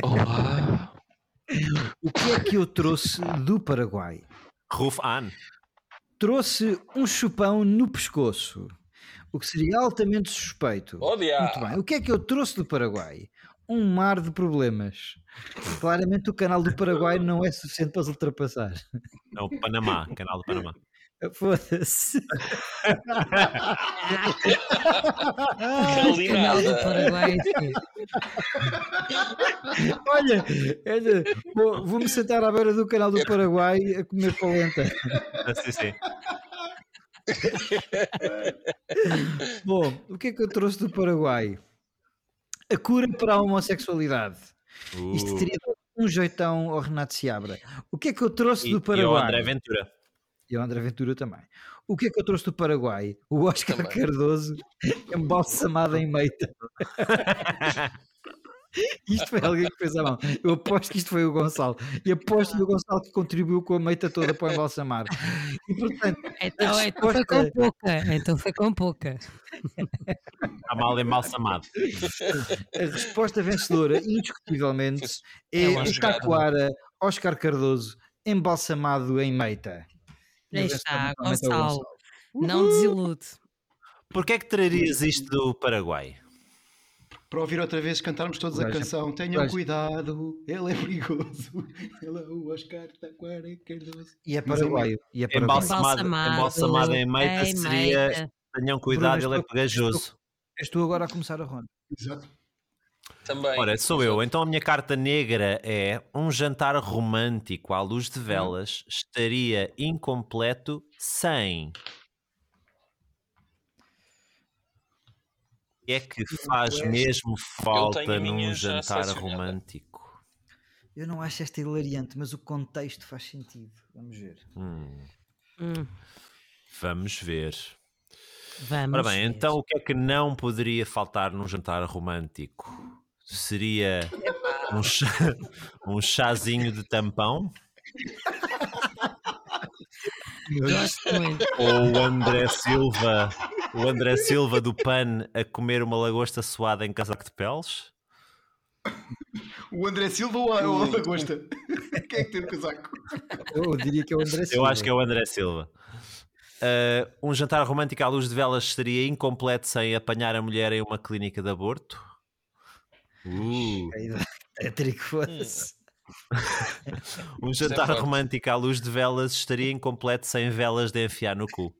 Speaker 2: Olá.
Speaker 5: O que é que eu trouxe do Paraguai?
Speaker 3: Ruf An.
Speaker 5: Trouxe um chupão no pescoço, o que seria altamente suspeito. Muito bem. O que é que eu trouxe do Paraguai? Um mar de problemas. Claramente o canal do Paraguai não é suficiente para os ultrapassar.
Speaker 3: É o Panamá, canal do Panamá.
Speaker 5: Foda-se.
Speaker 2: Ali
Speaker 7: Canal do
Speaker 3: é
Speaker 2: nada.
Speaker 7: Paraguai. sim.
Speaker 5: Olha, olha, vou- vou-me sentar à beira do canal do Paraguai a comer polenta.
Speaker 3: Ah, Sim, sim.
Speaker 5: Bom, o que é que eu trouxe do Paraguai? A cura para a homossexualidade. Isto
Speaker 3: Uh,
Speaker 5: teria dado um jeitão ao Renato Seabra. O que é que eu trouxe
Speaker 3: e-
Speaker 5: do
Speaker 3: E o
Speaker 5: Paraguai?
Speaker 3: André Ventura.
Speaker 5: E ao André Ventura também. O que é que eu trouxe do Paraguai? O Oscar
Speaker 2: Também.
Speaker 5: Cardoso embalsamado em meita. Isto foi alguém que fez à mão. Eu aposto que isto foi o Gonçalo. E aposto que o Gonçalo que contribuiu com a meita toda para o embalsamar. E portanto,
Speaker 7: Então, então foi
Speaker 3: é.
Speaker 7: com pouca. Então foi com pouca.
Speaker 3: Está mal embalsamado.
Speaker 5: a resposta vencedora, indiscutivelmente,
Speaker 2: É
Speaker 5: é
Speaker 2: uma
Speaker 5: o
Speaker 2: jogada.
Speaker 5: Taquara Oscar Cardoso embalsamado em meita. E o
Speaker 7: Aí
Speaker 5: resto é
Speaker 7: está,
Speaker 5: totalmente ao
Speaker 7: Gonçalo. Não desilude.
Speaker 3: Porquê é que trarias isto do Paraguai?
Speaker 6: Para ouvir outra vez cantarmos todos a
Speaker 5: Gajo-
Speaker 6: canção, tenham
Speaker 5: gajo-
Speaker 6: cuidado, ele é perigoso. Ele é o Oscar Taquara Cardoso.
Speaker 5: E é
Speaker 6: Mas em
Speaker 5: paraguaio. E é paraguaio.
Speaker 3: Embalsamado. embalsamado em meita seria-
Speaker 7: meita.
Speaker 3: Tenham cuidado,
Speaker 5: Bruno,
Speaker 3: ele é pegajoso.
Speaker 5: És tu agora a começar a ronda.
Speaker 6: Exato.
Speaker 2: Também.
Speaker 3: um Ora, sou eu. Então a minha carta negra é um jantar romântico à luz
Speaker 2: Hum.
Speaker 3: de velas estaria incompleto sem. O que é que faz mesmo falta
Speaker 2: tenho a minha
Speaker 3: num
Speaker 2: já
Speaker 3: jantar
Speaker 2: selecionada.
Speaker 3: romântico?
Speaker 5: Eu não acho esta hilariante, mas o contexto faz sentido. Vamos ver.
Speaker 3: Hum,
Speaker 7: Hum,
Speaker 3: vamos ver.
Speaker 7: vamos.
Speaker 3: Ora bem,
Speaker 7: ver.
Speaker 3: então o que é que não poderia faltar num jantar romântico? Seria um, chá, um chazinho de tampão
Speaker 7: Gosto muito.
Speaker 3: ou o André Silva, o André Silva do PAN a comer uma lagosta suada em casaco de peles?
Speaker 6: O André Silva ou a, ou a Lagosta? Quem é que tem o casaco?
Speaker 5: Eu diria que é o André
Speaker 3: Eu acho que é o André Silva. Ah, um jantar romântico à luz de velas estaria incompleto sem apanhar a mulher em uma clínica de aborto? Uh.
Speaker 5: é
Speaker 3: Hum.
Speaker 5: trico, foda-se.
Speaker 3: Um
Speaker 2: Isso é
Speaker 3: jantar
Speaker 2: forte.
Speaker 3: romântico à luz de velas estaria incompleto sem velas de enfiar no cu. Uh,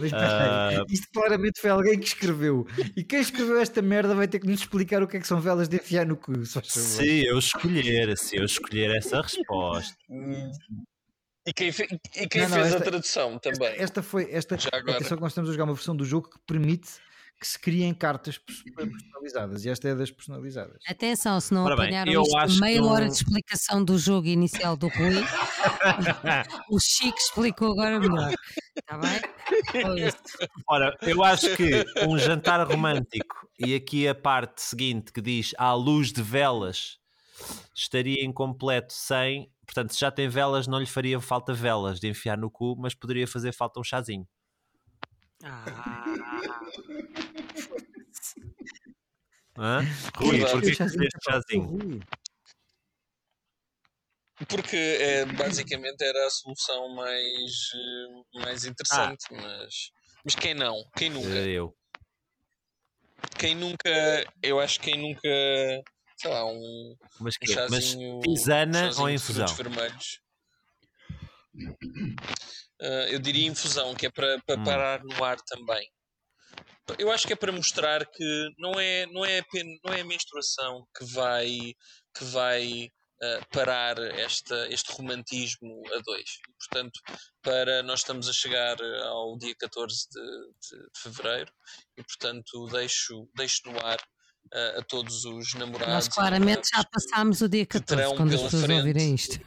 Speaker 5: Mas peraí,
Speaker 3: Ah.
Speaker 5: isto claramente foi alguém que escreveu. E quem escreveu esta merda vai ter que nos explicar o que é que são velas de enfiar no cu. se faz favor.
Speaker 3: Se eu escolher, se eu escolher essa resposta,
Speaker 2: Hum. E quem, fe- e quem
Speaker 5: Não, não,
Speaker 2: fez
Speaker 3: é-
Speaker 5: esta-
Speaker 2: a tradução
Speaker 5: Esta,
Speaker 2: também?
Speaker 5: esta foi. Esta,
Speaker 2: Já agora.
Speaker 5: atenção que nós estamos a jogar uma versão do jogo que permite que se criem cartas pers- personalizadas. E esta é das personalizadas.
Speaker 7: Atenção, se não
Speaker 3: Ora bem,
Speaker 7: apanharam
Speaker 3: eu
Speaker 7: isto,
Speaker 3: acho
Speaker 7: meia
Speaker 3: que
Speaker 7: hora
Speaker 3: não-
Speaker 7: de explicação do jogo inicial do Rui. o Chico explicou agora melhor.
Speaker 4: Tá
Speaker 7: Está bem?
Speaker 4: Então é
Speaker 7: Foi isso.
Speaker 3: ora, eu acho que um jantar romântico e aqui a parte seguinte que diz à luz de velas estaria incompleto sem, portanto, se já tem velas, não lhe fariam falta velas de enfiar no cu, mas poderia fazer falta um chazinho.
Speaker 7: Ah,
Speaker 3: Hã? Rui,
Speaker 2: Verdade.
Speaker 3: porquê que
Speaker 5: Chazinho,
Speaker 3: fizeste chazinho? é
Speaker 5: Ui.
Speaker 2: Porque é, basicamente era a solução mais, eh,
Speaker 3: Ah.
Speaker 2: mais interessante, mas, mas quem não? Quem nunca?
Speaker 3: Eh, Eu.
Speaker 2: Quem nunca, eu acho que quem nunca, sei lá, um,
Speaker 3: Mas
Speaker 2: um
Speaker 3: que é? Mas
Speaker 2: chazinho.
Speaker 3: tisana
Speaker 2: chazinho
Speaker 3: ou
Speaker 2: de
Speaker 3: infusão?
Speaker 2: frutos vermelhos. Ah, eu diria infusão, que é para, para
Speaker 3: Hum.
Speaker 2: parar no ar também. Eu acho que é para mostrar que não é, não é, apenas, não é a menstruação que vai, que vai ah, parar esta, este romantismo a dois. E, portanto, para nós estamos a chegar ao dia 14 de, de- de fevereiro e, portanto, deixo, deixo no ar ah, a todos os namorados.
Speaker 7: Nós
Speaker 2: e
Speaker 7: claramente já
Speaker 2: namoradas que-
Speaker 7: passámos o dia 14
Speaker 2: terão
Speaker 7: quando as
Speaker 2: pela
Speaker 7: pessoas
Speaker 2: frente.
Speaker 7: ouvirem isto.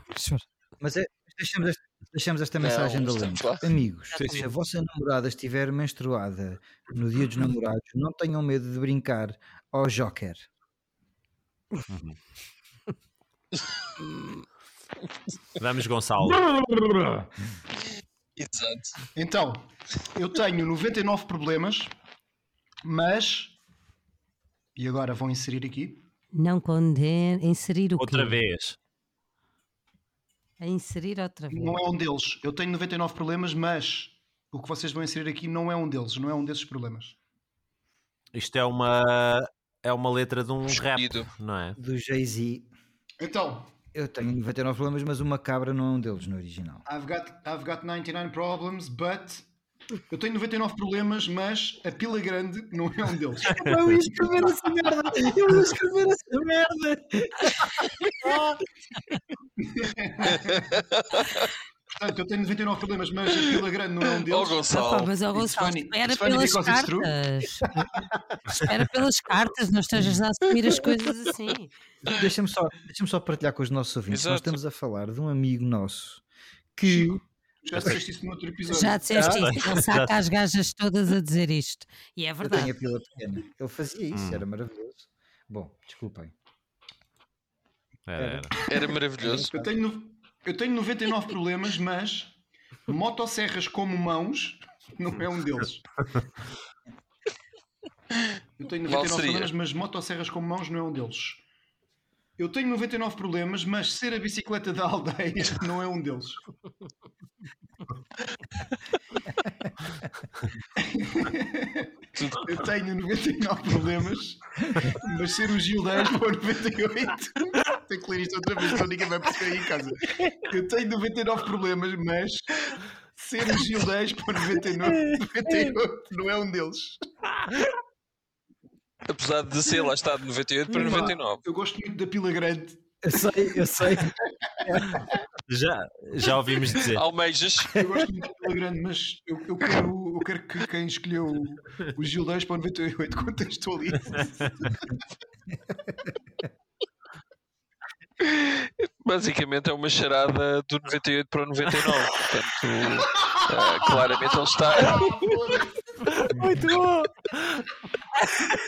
Speaker 5: Mas é- deixamos esta, deixamos esta
Speaker 2: Não,
Speaker 5: mensagem da
Speaker 2: estamos
Speaker 5: limpo. Amigos,
Speaker 7: Sim, sim.
Speaker 5: se a vossa namorada estiver menstruada no dia dos namorados, não tenham medo de brincar ao Joker.
Speaker 3: Vamos, Gonçalo.
Speaker 2: Exato.
Speaker 6: Então, eu tenho 99 problemas, mas. E agora vão inserir aqui.
Speaker 7: Não condena. Inserir o
Speaker 3: Outra
Speaker 7: quê?
Speaker 3: vez.
Speaker 7: A inserir outra vez.
Speaker 6: Não é um deles. Eu tenho 99 problemas, mas o que vocês vão inserir aqui não é um deles, não é um desses problemas.
Speaker 3: Isto é uma, é uma letra de um rap,
Speaker 2: Escolhido.
Speaker 3: não é?
Speaker 5: Do Jay-Z.
Speaker 6: Então,
Speaker 5: Eu tenho 99 problemas, mas uma cabra não é um deles no original.
Speaker 6: I've got, I've got 99 problems, but. Eu tenho 99 problemas, mas a pila grande não é um deles.
Speaker 5: Eu ia escrever essa merda! Eu ia escrever essa merda!
Speaker 6: Portanto, eu tenho 99 problemas, mas a pila grande não é
Speaker 2: Ó
Speaker 6: um deles.
Speaker 7: Ah, pá,
Speaker 2: Gonçalo.
Speaker 7: mas ó,
Speaker 6: It's
Speaker 7: Gonçalo,
Speaker 6: funny-
Speaker 7: espera
Speaker 6: it's funny
Speaker 7: pelas
Speaker 6: because it's true.
Speaker 7: cartas. espera pelas cartas, não estejas a assumir as coisas assim.
Speaker 5: Deixa-me só, deixa só partilhar com os nossos ouvintes. Nós
Speaker 2: Exato.
Speaker 5: estamos a falar de um amigo nosso que.
Speaker 6: Já disseste isso no outro episódio.
Speaker 7: Já disseste
Speaker 3: Ah,
Speaker 7: isso, ele saca as gajas todas a dizer isto. E é
Speaker 5: Eu
Speaker 7: verdade.
Speaker 5: tenho a pila pequena. Ele fazia isso,
Speaker 3: Hum.
Speaker 5: era maravilhoso. Bom, desculpem.
Speaker 3: Era,
Speaker 5: Era.
Speaker 3: era.
Speaker 2: Era maravilhoso.
Speaker 6: Eu tenho, no- eu tenho 99 problemas, mas motosserras como mãos não é um deles. Eu tenho 99
Speaker 2: Qual seria?
Speaker 6: problemas, mas motosserras como mãos não é um deles. Eu tenho 99 problemas, mas ser a bicicleta da aldeia não é um deles.
Speaker 2: Tudo-
Speaker 6: Eu tenho 99 problemas, mas ser o Gil da Expo 98. Tenho que ler isto outra vez, senão ninguém vai perceber aí em casa. Eu tenho 99 problemas, mas ser o Gil da Expo 99, 98 não é um deles.
Speaker 2: Apesar de ser lá está de 98 para
Speaker 6: Pá,
Speaker 2: 99.
Speaker 6: Eu gosto muito da pila grande.
Speaker 5: Eu sei, eu sei.
Speaker 3: Já, já ouvimos dizer.
Speaker 2: Almejas.
Speaker 6: Eu gosto muito da pila grande, mas eu, eu quero, eu quero que quem escolheu o Gil da Expo 98 contextualize.
Speaker 2: Basicamente é uma charada do 98 para o 99. Portanto, ah, claramente ele está.
Speaker 3: Muito bom!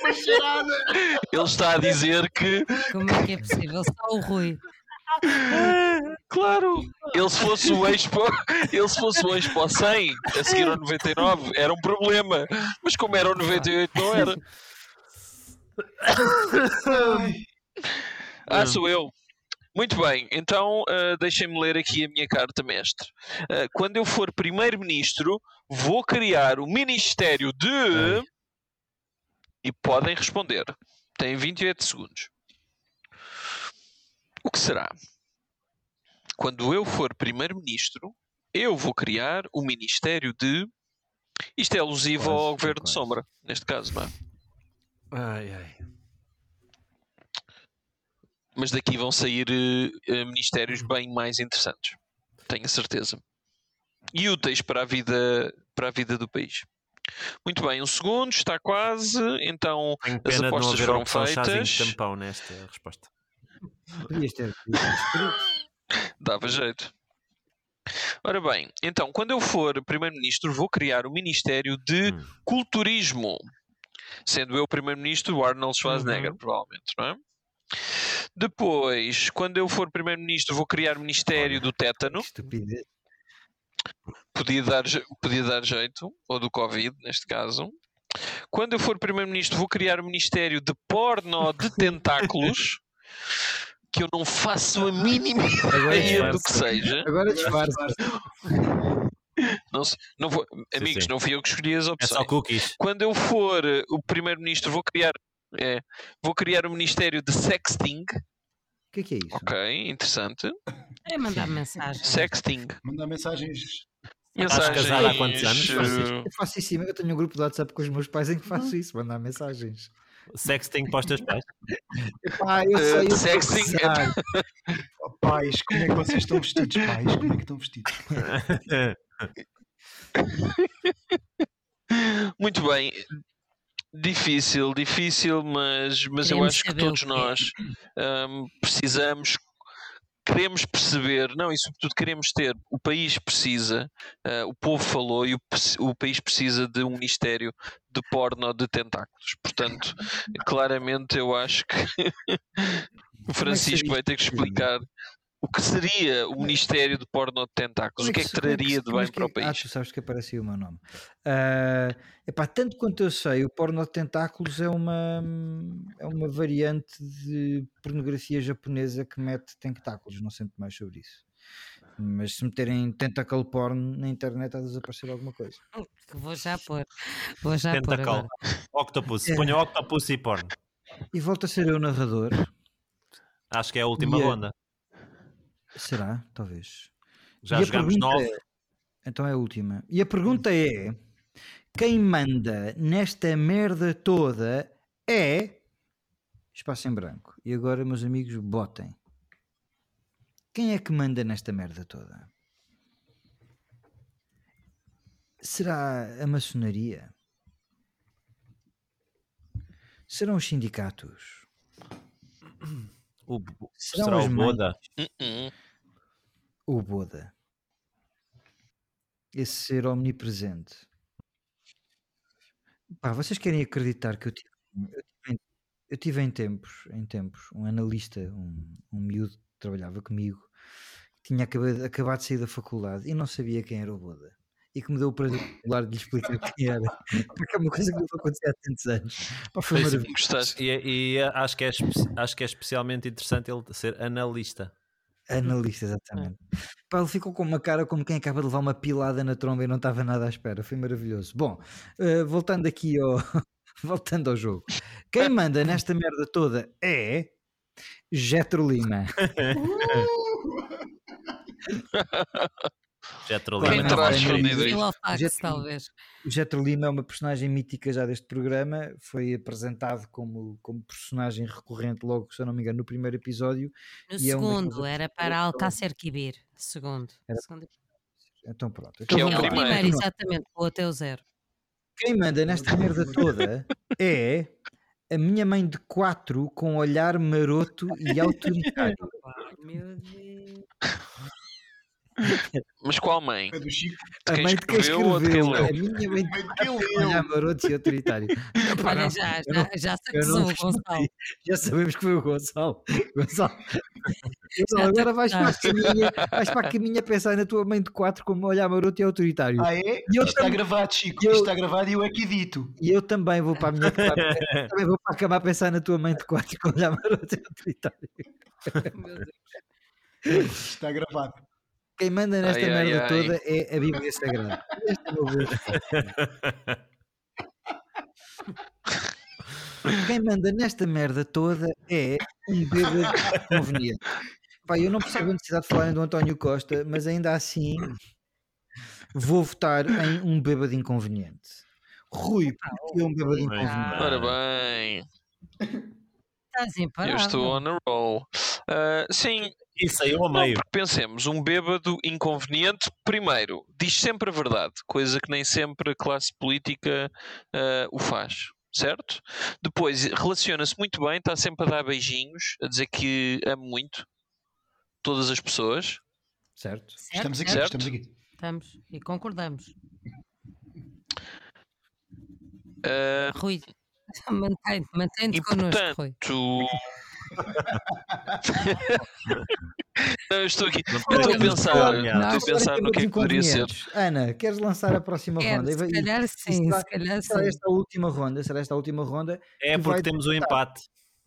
Speaker 6: Uma cheirada!
Speaker 2: Ele está a dizer que,
Speaker 7: Como é que é possível? Só o Rui.
Speaker 2: claro, ele se fosse o Expo, ele se fosse o Expo 100 a seguir ao 99 era um problema, mas como era o 98 não era. Ah, sou eu. Muito bem, então ah, deixem-me ler aqui a minha carta, mestre. Ah, quando eu for primeiro-ministro, vou criar o Ministério de. E podem responder. Têm 28 segundos. O que será? Quando eu for primeiro-ministro, eu vou criar o Ministério de. Isto é alusivo
Speaker 5: Quase,
Speaker 2: ao Governo de
Speaker 5: quase.
Speaker 2: Sombra, neste caso, não é?
Speaker 3: Ah,
Speaker 8: Ai, ai.
Speaker 2: mas daqui vão sair eh, eh, ministérios bem mais interessantes. Tenho a certeza. E úteis para a vida, para a vida do país. Muito bem, um segundo, está quase. Então,
Speaker 3: Tenho
Speaker 2: As
Speaker 3: pena de não
Speaker 2: apostas
Speaker 3: haver
Speaker 2: foram
Speaker 3: opção chazinho de
Speaker 2: feitas.
Speaker 3: tampão nesta resposta.
Speaker 5: Podias ter. podias ter escrito.
Speaker 2: Dava jeito. Ora bem, então, quando eu for Primeiro-Ministro, vou criar o Ministério de
Speaker 3: Hum.
Speaker 2: Culturismo. Sendo eu Primeiro-Ministro, o Arnold Schwarzenegger, provavelmente, não é? Depois, quando eu for Primeiro-Ministro, vou criar o Ministério do Tétano.
Speaker 5: Que Estupidez.
Speaker 2: podia dar, je- podia dar jeito, ou do Covid, neste caso. Quando eu for primeiro-ministro, vou criar o Ministério de Porno de Tentáculos, que eu não faço a mínima
Speaker 5: Agora
Speaker 3: é
Speaker 2: ideia do que
Speaker 5: disfarça.
Speaker 2: seja.
Speaker 5: Agora disfarça.
Speaker 2: Não, se- não vou- amigos,
Speaker 3: sim.
Speaker 2: não fui eu que escolhi as
Speaker 3: É
Speaker 2: opções.
Speaker 3: só cookies.
Speaker 2: Quando eu for eh, o primeiro-ministro, vou criar. é, vou criar o Ministério de Sexting.
Speaker 5: O que é que é isso?
Speaker 2: Ok, interessante.
Speaker 7: É mandar mensagem.
Speaker 2: Sexting.
Speaker 6: Mandar mensagens.
Speaker 3: Estás
Speaker 2: Mensagens.
Speaker 3: casado há quantos anos,
Speaker 2: eh,
Speaker 3: Francisco?
Speaker 5: Eu faço isso, eu tenho um grupo de WhatsApp com os meus pais em que faço isso, mandar mensagens.
Speaker 3: Sexting para os teus pais.
Speaker 5: Epá, eu
Speaker 2: Eh,
Speaker 5: sei, eu estou a
Speaker 2: sexting é-
Speaker 5: gozar.
Speaker 7: então.
Speaker 6: Oh, pais, como é que vocês estão vestidos, pais? Como é que estão vestidos?
Speaker 3: É,
Speaker 2: Muito bem. Difícil, difícil, mas, mas eu
Speaker 7: Queremos
Speaker 2: acho que
Speaker 7: saber o
Speaker 2: todos
Speaker 7: que é.
Speaker 2: nós hum, precisamos, queremos perceber, não, e sobretudo queremos ter. O país precisa, ah, o povo falou e o, pres- o país precisa de um ministério de porno de tentáculos. Portanto, claramente eu acho que o
Speaker 5: seria
Speaker 2: Francisco vai ter que
Speaker 5: é isto, Carolina?
Speaker 2: explicar
Speaker 7: O que seria o Ministério do Porno de Tentáculos? O que é que
Speaker 5: se-
Speaker 7: traria de
Speaker 5: como é
Speaker 7: bem
Speaker 5: que-
Speaker 7: para o
Speaker 5: Ah,
Speaker 7: país?
Speaker 5: tu sabes que apareceu o meu nome. Ah, epá, tanto quanto eu sei, o porno de tentáculos é uma, é uma variante de pornografia japonesa que mete tentáculos, não sei muito mais sobre isso. Mas se meterem tentacle porn na internet, há de desaparecer alguma coisa.
Speaker 4: Que vou já pôr. Vou já pôr
Speaker 3: Tentacle.
Speaker 4: agora.
Speaker 3: Octopus.
Speaker 5: É.
Speaker 3: Ponha Octopus e porno.
Speaker 5: E volto a ser eu narrador.
Speaker 3: Acho que é a última
Speaker 5: E, eh,
Speaker 3: ronda.
Speaker 5: Será? Talvez.
Speaker 3: Já
Speaker 5: e a
Speaker 3: jogámos
Speaker 5: pergunta
Speaker 3: nove.
Speaker 5: Então é a última. E a pergunta é: quem manda nesta merda toda é. Espaço em branco. E agora, meus amigos, botem. Quem é que manda nesta merda toda? Será a maçonaria? Serão os sindicatos?
Speaker 3: O-
Speaker 5: Serão
Speaker 3: será
Speaker 5: as
Speaker 3: o Boda?
Speaker 7: Hum, hum.
Speaker 5: Ou Boda? Esse ser omnipresente. Pá, vocês querem acreditar que eu tive, eu tive, em- eu tive em tempos, em tempos, um analista, um, um miúdo que trabalhava comigo, que tinha acabado, acabado de sair da faculdade e não sabia quem era o Boda. E que me deu o prazer particular de lhe explicar quem era. Porque é uma coisa que não acontecia há tantos anos. Pá, foi
Speaker 7: Foi isso
Speaker 5: maravilhoso.
Speaker 7: que gostaste.
Speaker 3: E, e acho, que é, espe- acho que é especialmente interessante ele ser analista.
Speaker 5: Analista, exatamente. Pá, ele ficou com uma cara como quem acaba de levar uma pilada na tromba e não estava nada à espera. Foi maravilhoso. Bom, eh, voltando aqui ao. voltando ao jogo. Quem manda nesta merda toda é. Jetro Lima.
Speaker 3: Jetro
Speaker 5: Quem
Speaker 7: Quem
Speaker 3: Lima.
Speaker 7: terá
Speaker 5: vai
Speaker 7: escondido
Speaker 4: Pelo
Speaker 7: isto?
Speaker 4: Alfax,
Speaker 5: Jet-
Speaker 4: talvez.
Speaker 5: O Jetro Lima é uma personagem mítica já deste programa. Foi apresentado como, como personagem recorrente logo, se eu não me engano, no primeiro episódio.
Speaker 4: No
Speaker 5: E é uma coisa
Speaker 4: segundo,
Speaker 5: que
Speaker 4: era
Speaker 5: eu
Speaker 4: para
Speaker 5: falei.
Speaker 4: Alcácer Quibir. Segundo.
Speaker 5: Era-
Speaker 4: Segundo-
Speaker 5: Então pronto.
Speaker 7: Que é
Speaker 4: É
Speaker 5: Então,
Speaker 7: o
Speaker 4: o
Speaker 5: vamos lá.
Speaker 4: primeiro,
Speaker 7: primeiro.
Speaker 4: exatamente. O outro é o zero.
Speaker 5: Quem manda nesta merda toda é a minha mãe de quatro com olhar maroto e autoritário.
Speaker 4: Meu Deus.
Speaker 7: Mas qual mãe?
Speaker 6: É do Chico.
Speaker 5: A
Speaker 7: De quem
Speaker 5: mãe de quem
Speaker 7: escreveu ou de quem
Speaker 5: escreveu.
Speaker 7: leu?
Speaker 5: A minha mãe de
Speaker 6: Mas é que
Speaker 5: com
Speaker 6: leu.
Speaker 5: olhar maroto e autoritário. Epá,
Speaker 4: Olha,
Speaker 5: não,
Speaker 4: já,
Speaker 5: eu
Speaker 4: já, já se
Speaker 5: eu não
Speaker 4: acusou o
Speaker 5: respondi.
Speaker 4: Gonçalo.
Speaker 5: Já sabemos que foi o Gonçalo. Gonçalo, Gonçalo,
Speaker 4: Já te
Speaker 7: tá
Speaker 5: agora vais para, a
Speaker 4: acusaste.
Speaker 5: caminha, vais para a caminha pensar na tua mãe de quatro com olhar maroto e autoritário.
Speaker 6: Ah, é?
Speaker 5: E eu
Speaker 6: Isto está
Speaker 5: também-
Speaker 6: gravado, Chico.
Speaker 5: eu-
Speaker 6: Isto está gravado e eu é que edito.
Speaker 5: E eu também vou para a minha cama, também vou para a cama a pensar na tua mãe de quatro com olhar maroto e autoritário.
Speaker 4: Meu Deus.
Speaker 6: Isto está gravado.
Speaker 5: Quem manda nesta
Speaker 7: Ai, ai,
Speaker 5: merda
Speaker 7: ai.
Speaker 5: toda é a Bíblia Sagrada. Este é o meu gosto. Quem manda nesta merda toda é um bêbado conveniente. Pai, eu não percebo a necessidade de falarem do António Costa, mas ainda assim vou votar em um bêbado inconveniente. Rui, porque é um bêbado
Speaker 2: Ah.
Speaker 5: inconveniente.
Speaker 7: Ora bem,
Speaker 4: Estás imparável.
Speaker 7: eu estou on a roll. Ah, sim,
Speaker 3: Isso aí, ao
Speaker 7: não,
Speaker 3: meio.
Speaker 7: porque pensemos, um bêbado inconveniente, primeiro, diz sempre a verdade, coisa que nem sempre a classe política ah, o faz, certo? Depois, relaciona-se muito bem, está sempre a dar beijinhos, a dizer que ama muito todas as pessoas.
Speaker 5: Certo?
Speaker 4: Certo,
Speaker 6: Estamos aqui,
Speaker 4: certo,
Speaker 7: Certo.
Speaker 6: estamos aqui.
Speaker 4: Estamos. E concordamos.
Speaker 7: Ah,
Speaker 4: Rui, mantém- mantém-te
Speaker 7: E,
Speaker 4: connosco,
Speaker 7: portanto,
Speaker 4: Rui.
Speaker 7: tu... não, eu estou aqui,
Speaker 3: Não
Speaker 7: eu estou
Speaker 3: podemos
Speaker 7: a pensar,
Speaker 3: falar,
Speaker 7: estou a pensar no que é
Speaker 5: um
Speaker 7: que poderia ser.
Speaker 5: Ana, queres lançar a próxima
Speaker 4: Quero,
Speaker 5: ronda? E vai-
Speaker 4: se
Speaker 5: e-
Speaker 4: calhar sim,
Speaker 5: será-
Speaker 4: se calhar
Speaker 5: Será
Speaker 4: sim.
Speaker 5: esta a última ronda? Será esta a última ronda?
Speaker 3: É
Speaker 5: que
Speaker 3: porque
Speaker 5: vai
Speaker 3: temos o empate.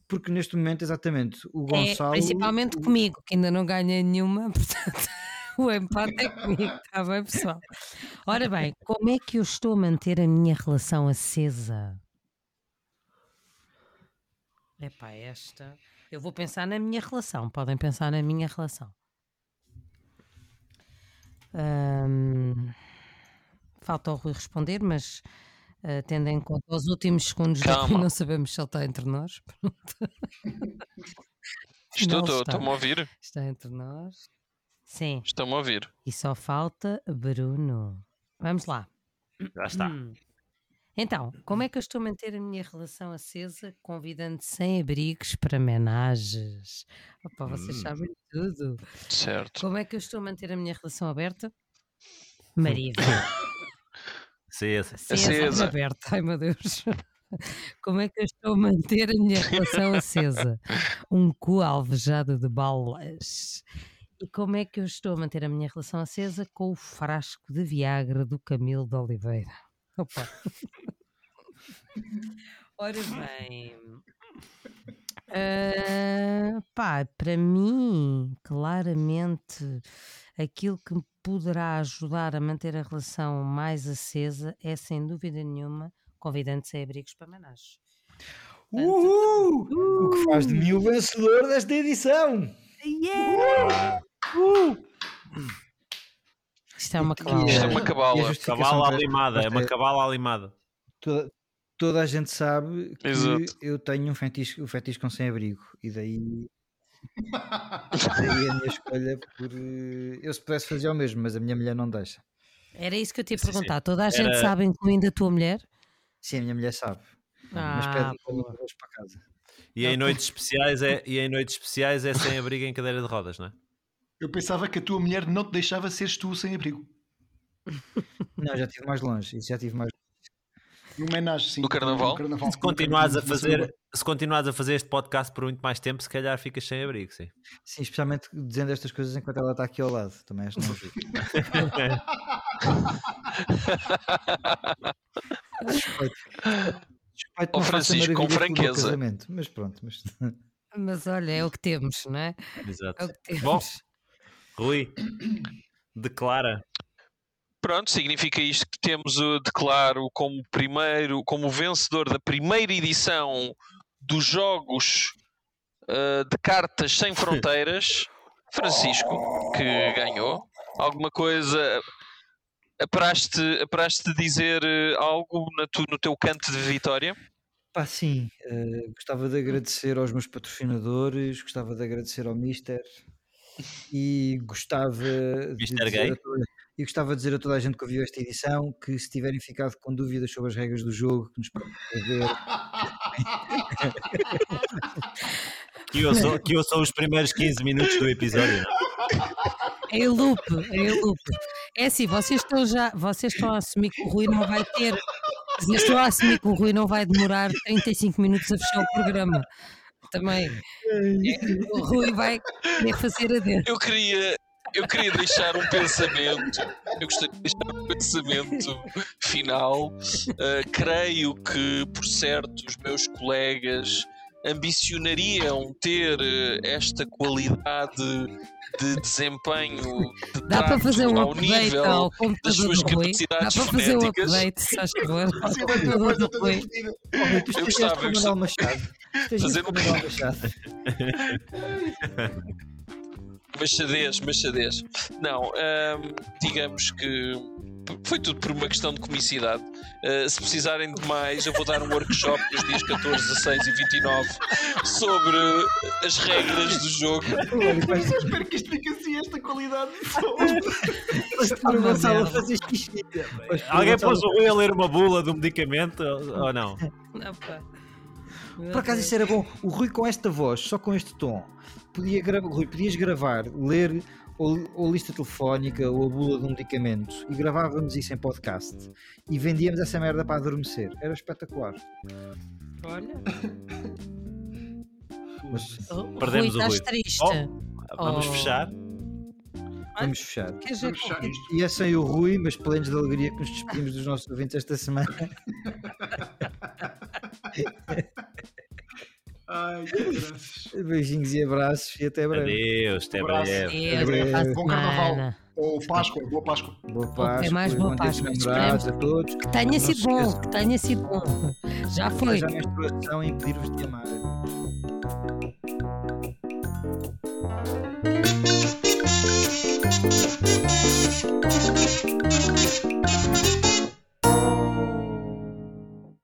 Speaker 5: Porque neste momento, exatamente, o
Speaker 4: É,
Speaker 5: Gonçalo.
Speaker 4: principalmente comigo, que ainda não ganhei nenhuma, portanto o empate é comigo, está bem, pessoal? Ora bem, como é que eu estou a manter a minha relação acesa? Epá, esta. Eu vou pensar na minha relação, podem pensar na minha relação. Ahm, falta o Rui responder, mas ah, tendo em conta os últimos segundos dele,
Speaker 7: Calma.
Speaker 4: não sabemos se ele está entre nós.
Speaker 7: Estou,
Speaker 4: Não
Speaker 7: estou,
Speaker 4: está.
Speaker 7: estão-me a ouvir?
Speaker 4: Está entre nós. Sim.
Speaker 7: Estão-me a ouvir.
Speaker 4: E só falta Bruno. Vamos lá.
Speaker 3: Já está.
Speaker 4: Hum. Então, como é que eu estou a manter a minha relação acesa convidando sem abrigos para menagens? Opa, vocês
Speaker 3: Hum.
Speaker 4: sabem tudo.
Speaker 7: Certo.
Speaker 4: Como é que eu estou a manter a minha relação aberta? Maria.
Speaker 3: Sim, sim.
Speaker 4: Sim, acesa.
Speaker 7: Acesa.
Speaker 4: aberta. Ai meu Deus. Como é que eu estou a manter a minha relação acesa? Um cu alvejado de balas. E como é que eu estou a manter a minha relação acesa com o frasco de Viagra do Camilo de Oliveira? Opa. Ora bem. Ah, pá, para mim, claramente, aquilo que me poderá ajudar a manter a relação mais acesa é, sem dúvida nenhuma, convidando-se a abrigos para Manaus.
Speaker 5: Uhul! O que faz de mim o vencedor desta edição!
Speaker 4: Isto é uma
Speaker 5: que
Speaker 4: cláusula.
Speaker 2: Isto é uma
Speaker 5: E a
Speaker 2: cabala.
Speaker 5: justificação
Speaker 3: Cabala
Speaker 5: para-
Speaker 3: limada, é uma cabala limada.
Speaker 5: Toda, toda a gente sabe que
Speaker 2: Exato.
Speaker 5: eu tenho um fetiche, um fetiche com sem-abrigo e daí, daí a minha escolha por. eh, Eu se pudesse fazer o mesmo, mas a minha mulher não deixa.
Speaker 4: Era isso que eu te ia
Speaker 3: Sim, sim.
Speaker 4: perguntar. Toda a
Speaker 3: Era-
Speaker 4: gente sabe, incluindo a tua mulher?
Speaker 5: Sim, a minha mulher sabe. Mas
Speaker 4: Ah,
Speaker 5: pede para eu hoje para casa.
Speaker 3: E em noites especiais é, e em noites especiais é sem abrigo em cadeira de rodas, não é?
Speaker 6: Eu pensava que a tua mulher não te deixava seres tu sem abrigo.
Speaker 5: Não, já estive mais longe. Isso já estive mais
Speaker 6: No homenagem, sim.
Speaker 2: Do carnaval?
Speaker 6: No carnaval.
Speaker 3: Se continuares a
Speaker 6: No
Speaker 3: fazer, se continuares a fazer este podcast por muito mais tempo, se calhar ficas sem abrigo, sim.
Speaker 5: Sim, especialmente dizendo estas coisas enquanto ela está aqui ao lado. Também acho que não ajuda. Suspeito. Suspeito que
Speaker 2: Ó,
Speaker 5: não faça
Speaker 2: Francisco, com
Speaker 5: maravilhas pelo meu
Speaker 2: franqueza.
Speaker 5: casamento, Mas pronto, mas
Speaker 4: mas olha, é o que temos, não é? É
Speaker 3: Exato.
Speaker 4: o que temos.
Speaker 3: Bom, Rui, declara.
Speaker 2: Pronto, significa isto que temos o declaro como primeiro, como vencedor da primeira edição dos Jogos ah, de Cartas Sem Fronteiras, Francisco, que ganhou. Alguma coisa. Aparaste, aparaste dizer eh, algo na tu- no teu canto de vitória?
Speaker 5: Pá, sim, eh, gostava de agradecer aos meus patrocinadores, gostava de agradecer ao Mister e gostava de
Speaker 3: Mister
Speaker 5: dizer
Speaker 3: Gay?
Speaker 5: a toda- e gostava de dizer a toda a gente que ouviu esta edição que se tiverem ficado com dúvidas sobre as regras do jogo, que nos podem ver
Speaker 3: Que eu sou, que eu sou os primeiros 15 minutos do episódio.
Speaker 4: É loop, é loop. É assim, vocês estão já, vocês estão a assumir que o Rui não vai ter. Vocês estão a assumir que o Rui não vai demorar 35 minutos a fechar o programa. Também. O Rui vai querer fazer a dele.
Speaker 2: Eu queria, eu queria deixar um pensamento. Eu gostaria de deixar um pensamento final. Uh, creio que, por certo, os meus colegas ambicionariam ter uh, esta qualidade de desempenho de
Speaker 4: Dá para
Speaker 2: trato
Speaker 4: fazer um
Speaker 2: ao
Speaker 4: update
Speaker 2: nível
Speaker 4: ao
Speaker 2: das
Speaker 4: computador
Speaker 2: suas
Speaker 4: do Rui? Dá para
Speaker 2: capacidades
Speaker 4: fazer um
Speaker 2: fonéticas.
Speaker 4: update, se faz favor, ao
Speaker 6: carnaval. Sim, uma
Speaker 4: computador
Speaker 6: coisa
Speaker 4: do
Speaker 6: toda
Speaker 4: Rui?
Speaker 6: fodida.
Speaker 5: Olha, tu
Speaker 2: Eu
Speaker 5: estejas
Speaker 2: gostava,
Speaker 5: com
Speaker 2: eu
Speaker 5: o Manuel Machado. Tu estejas
Speaker 2: Fazer
Speaker 5: com o
Speaker 2: um-
Speaker 5: Manuel Machado.
Speaker 2: Machadez, machadez. Não, ahm, digamos que p- foi tudo por uma questão de comicidade. Ah, se precisarem de mais, eu vou dar um workshop nos dias 14, 16 e 29 sobre as regras do jogo.
Speaker 6: Mas eu espero que isto fique assim, esta qualidade.
Speaker 5: Foste para o Gonçalo a fazer xixi. Foste para o
Speaker 3: Alguém
Speaker 5: Gonçalo-
Speaker 3: pôs o
Speaker 2: um.
Speaker 3: Rui a ler uma bula do medicamento ou ou não?
Speaker 4: Não, pá.
Speaker 5: Por acaso isso era bom. O Rui com esta voz, só com este tom, podia gra... Rui, podias gravar, ler ou, ou lista telefónica ou a bula de um medicamento e gravávamos isso em podcast e vendíamos essa merda para adormecer. Era espetacular.
Speaker 4: Olha,
Speaker 5: Mas
Speaker 4: Rui,
Speaker 3: Perdemos o
Speaker 4: estás
Speaker 3: Rui.
Speaker 4: triste.
Speaker 3: Oh. Vamos
Speaker 4: Oh.
Speaker 3: fechar.
Speaker 5: vamos fechar.
Speaker 4: Queres ver
Speaker 6: Vamos fechar isto.
Speaker 5: E é sem o Rui, mas plenos de alegria que nos despedimos dos nossos ouvintes esta semana.
Speaker 6: Ai, que graças.
Speaker 5: Beijinhos e abraços e até breve.
Speaker 3: Adeus, até
Speaker 6: Abraço.
Speaker 3: breve.
Speaker 4: Deus,
Speaker 5: Adeus.
Speaker 4: até a
Speaker 6: Bom carnaval.
Speaker 4: semana.
Speaker 6: Ou Páscoa, boa Páscoa.
Speaker 5: Boa Páscoa.
Speaker 4: É mais
Speaker 5: e
Speaker 4: boa
Speaker 5: bom dia dos
Speaker 4: Páscoa.
Speaker 5: namorados a todos.
Speaker 4: Que tenha
Speaker 5: Não
Speaker 4: sido
Speaker 5: se
Speaker 4: bom,
Speaker 5: esqueçam.
Speaker 4: que tenha sido bom. Já foi.
Speaker 5: Já a menstruação e impedir-vos de amar.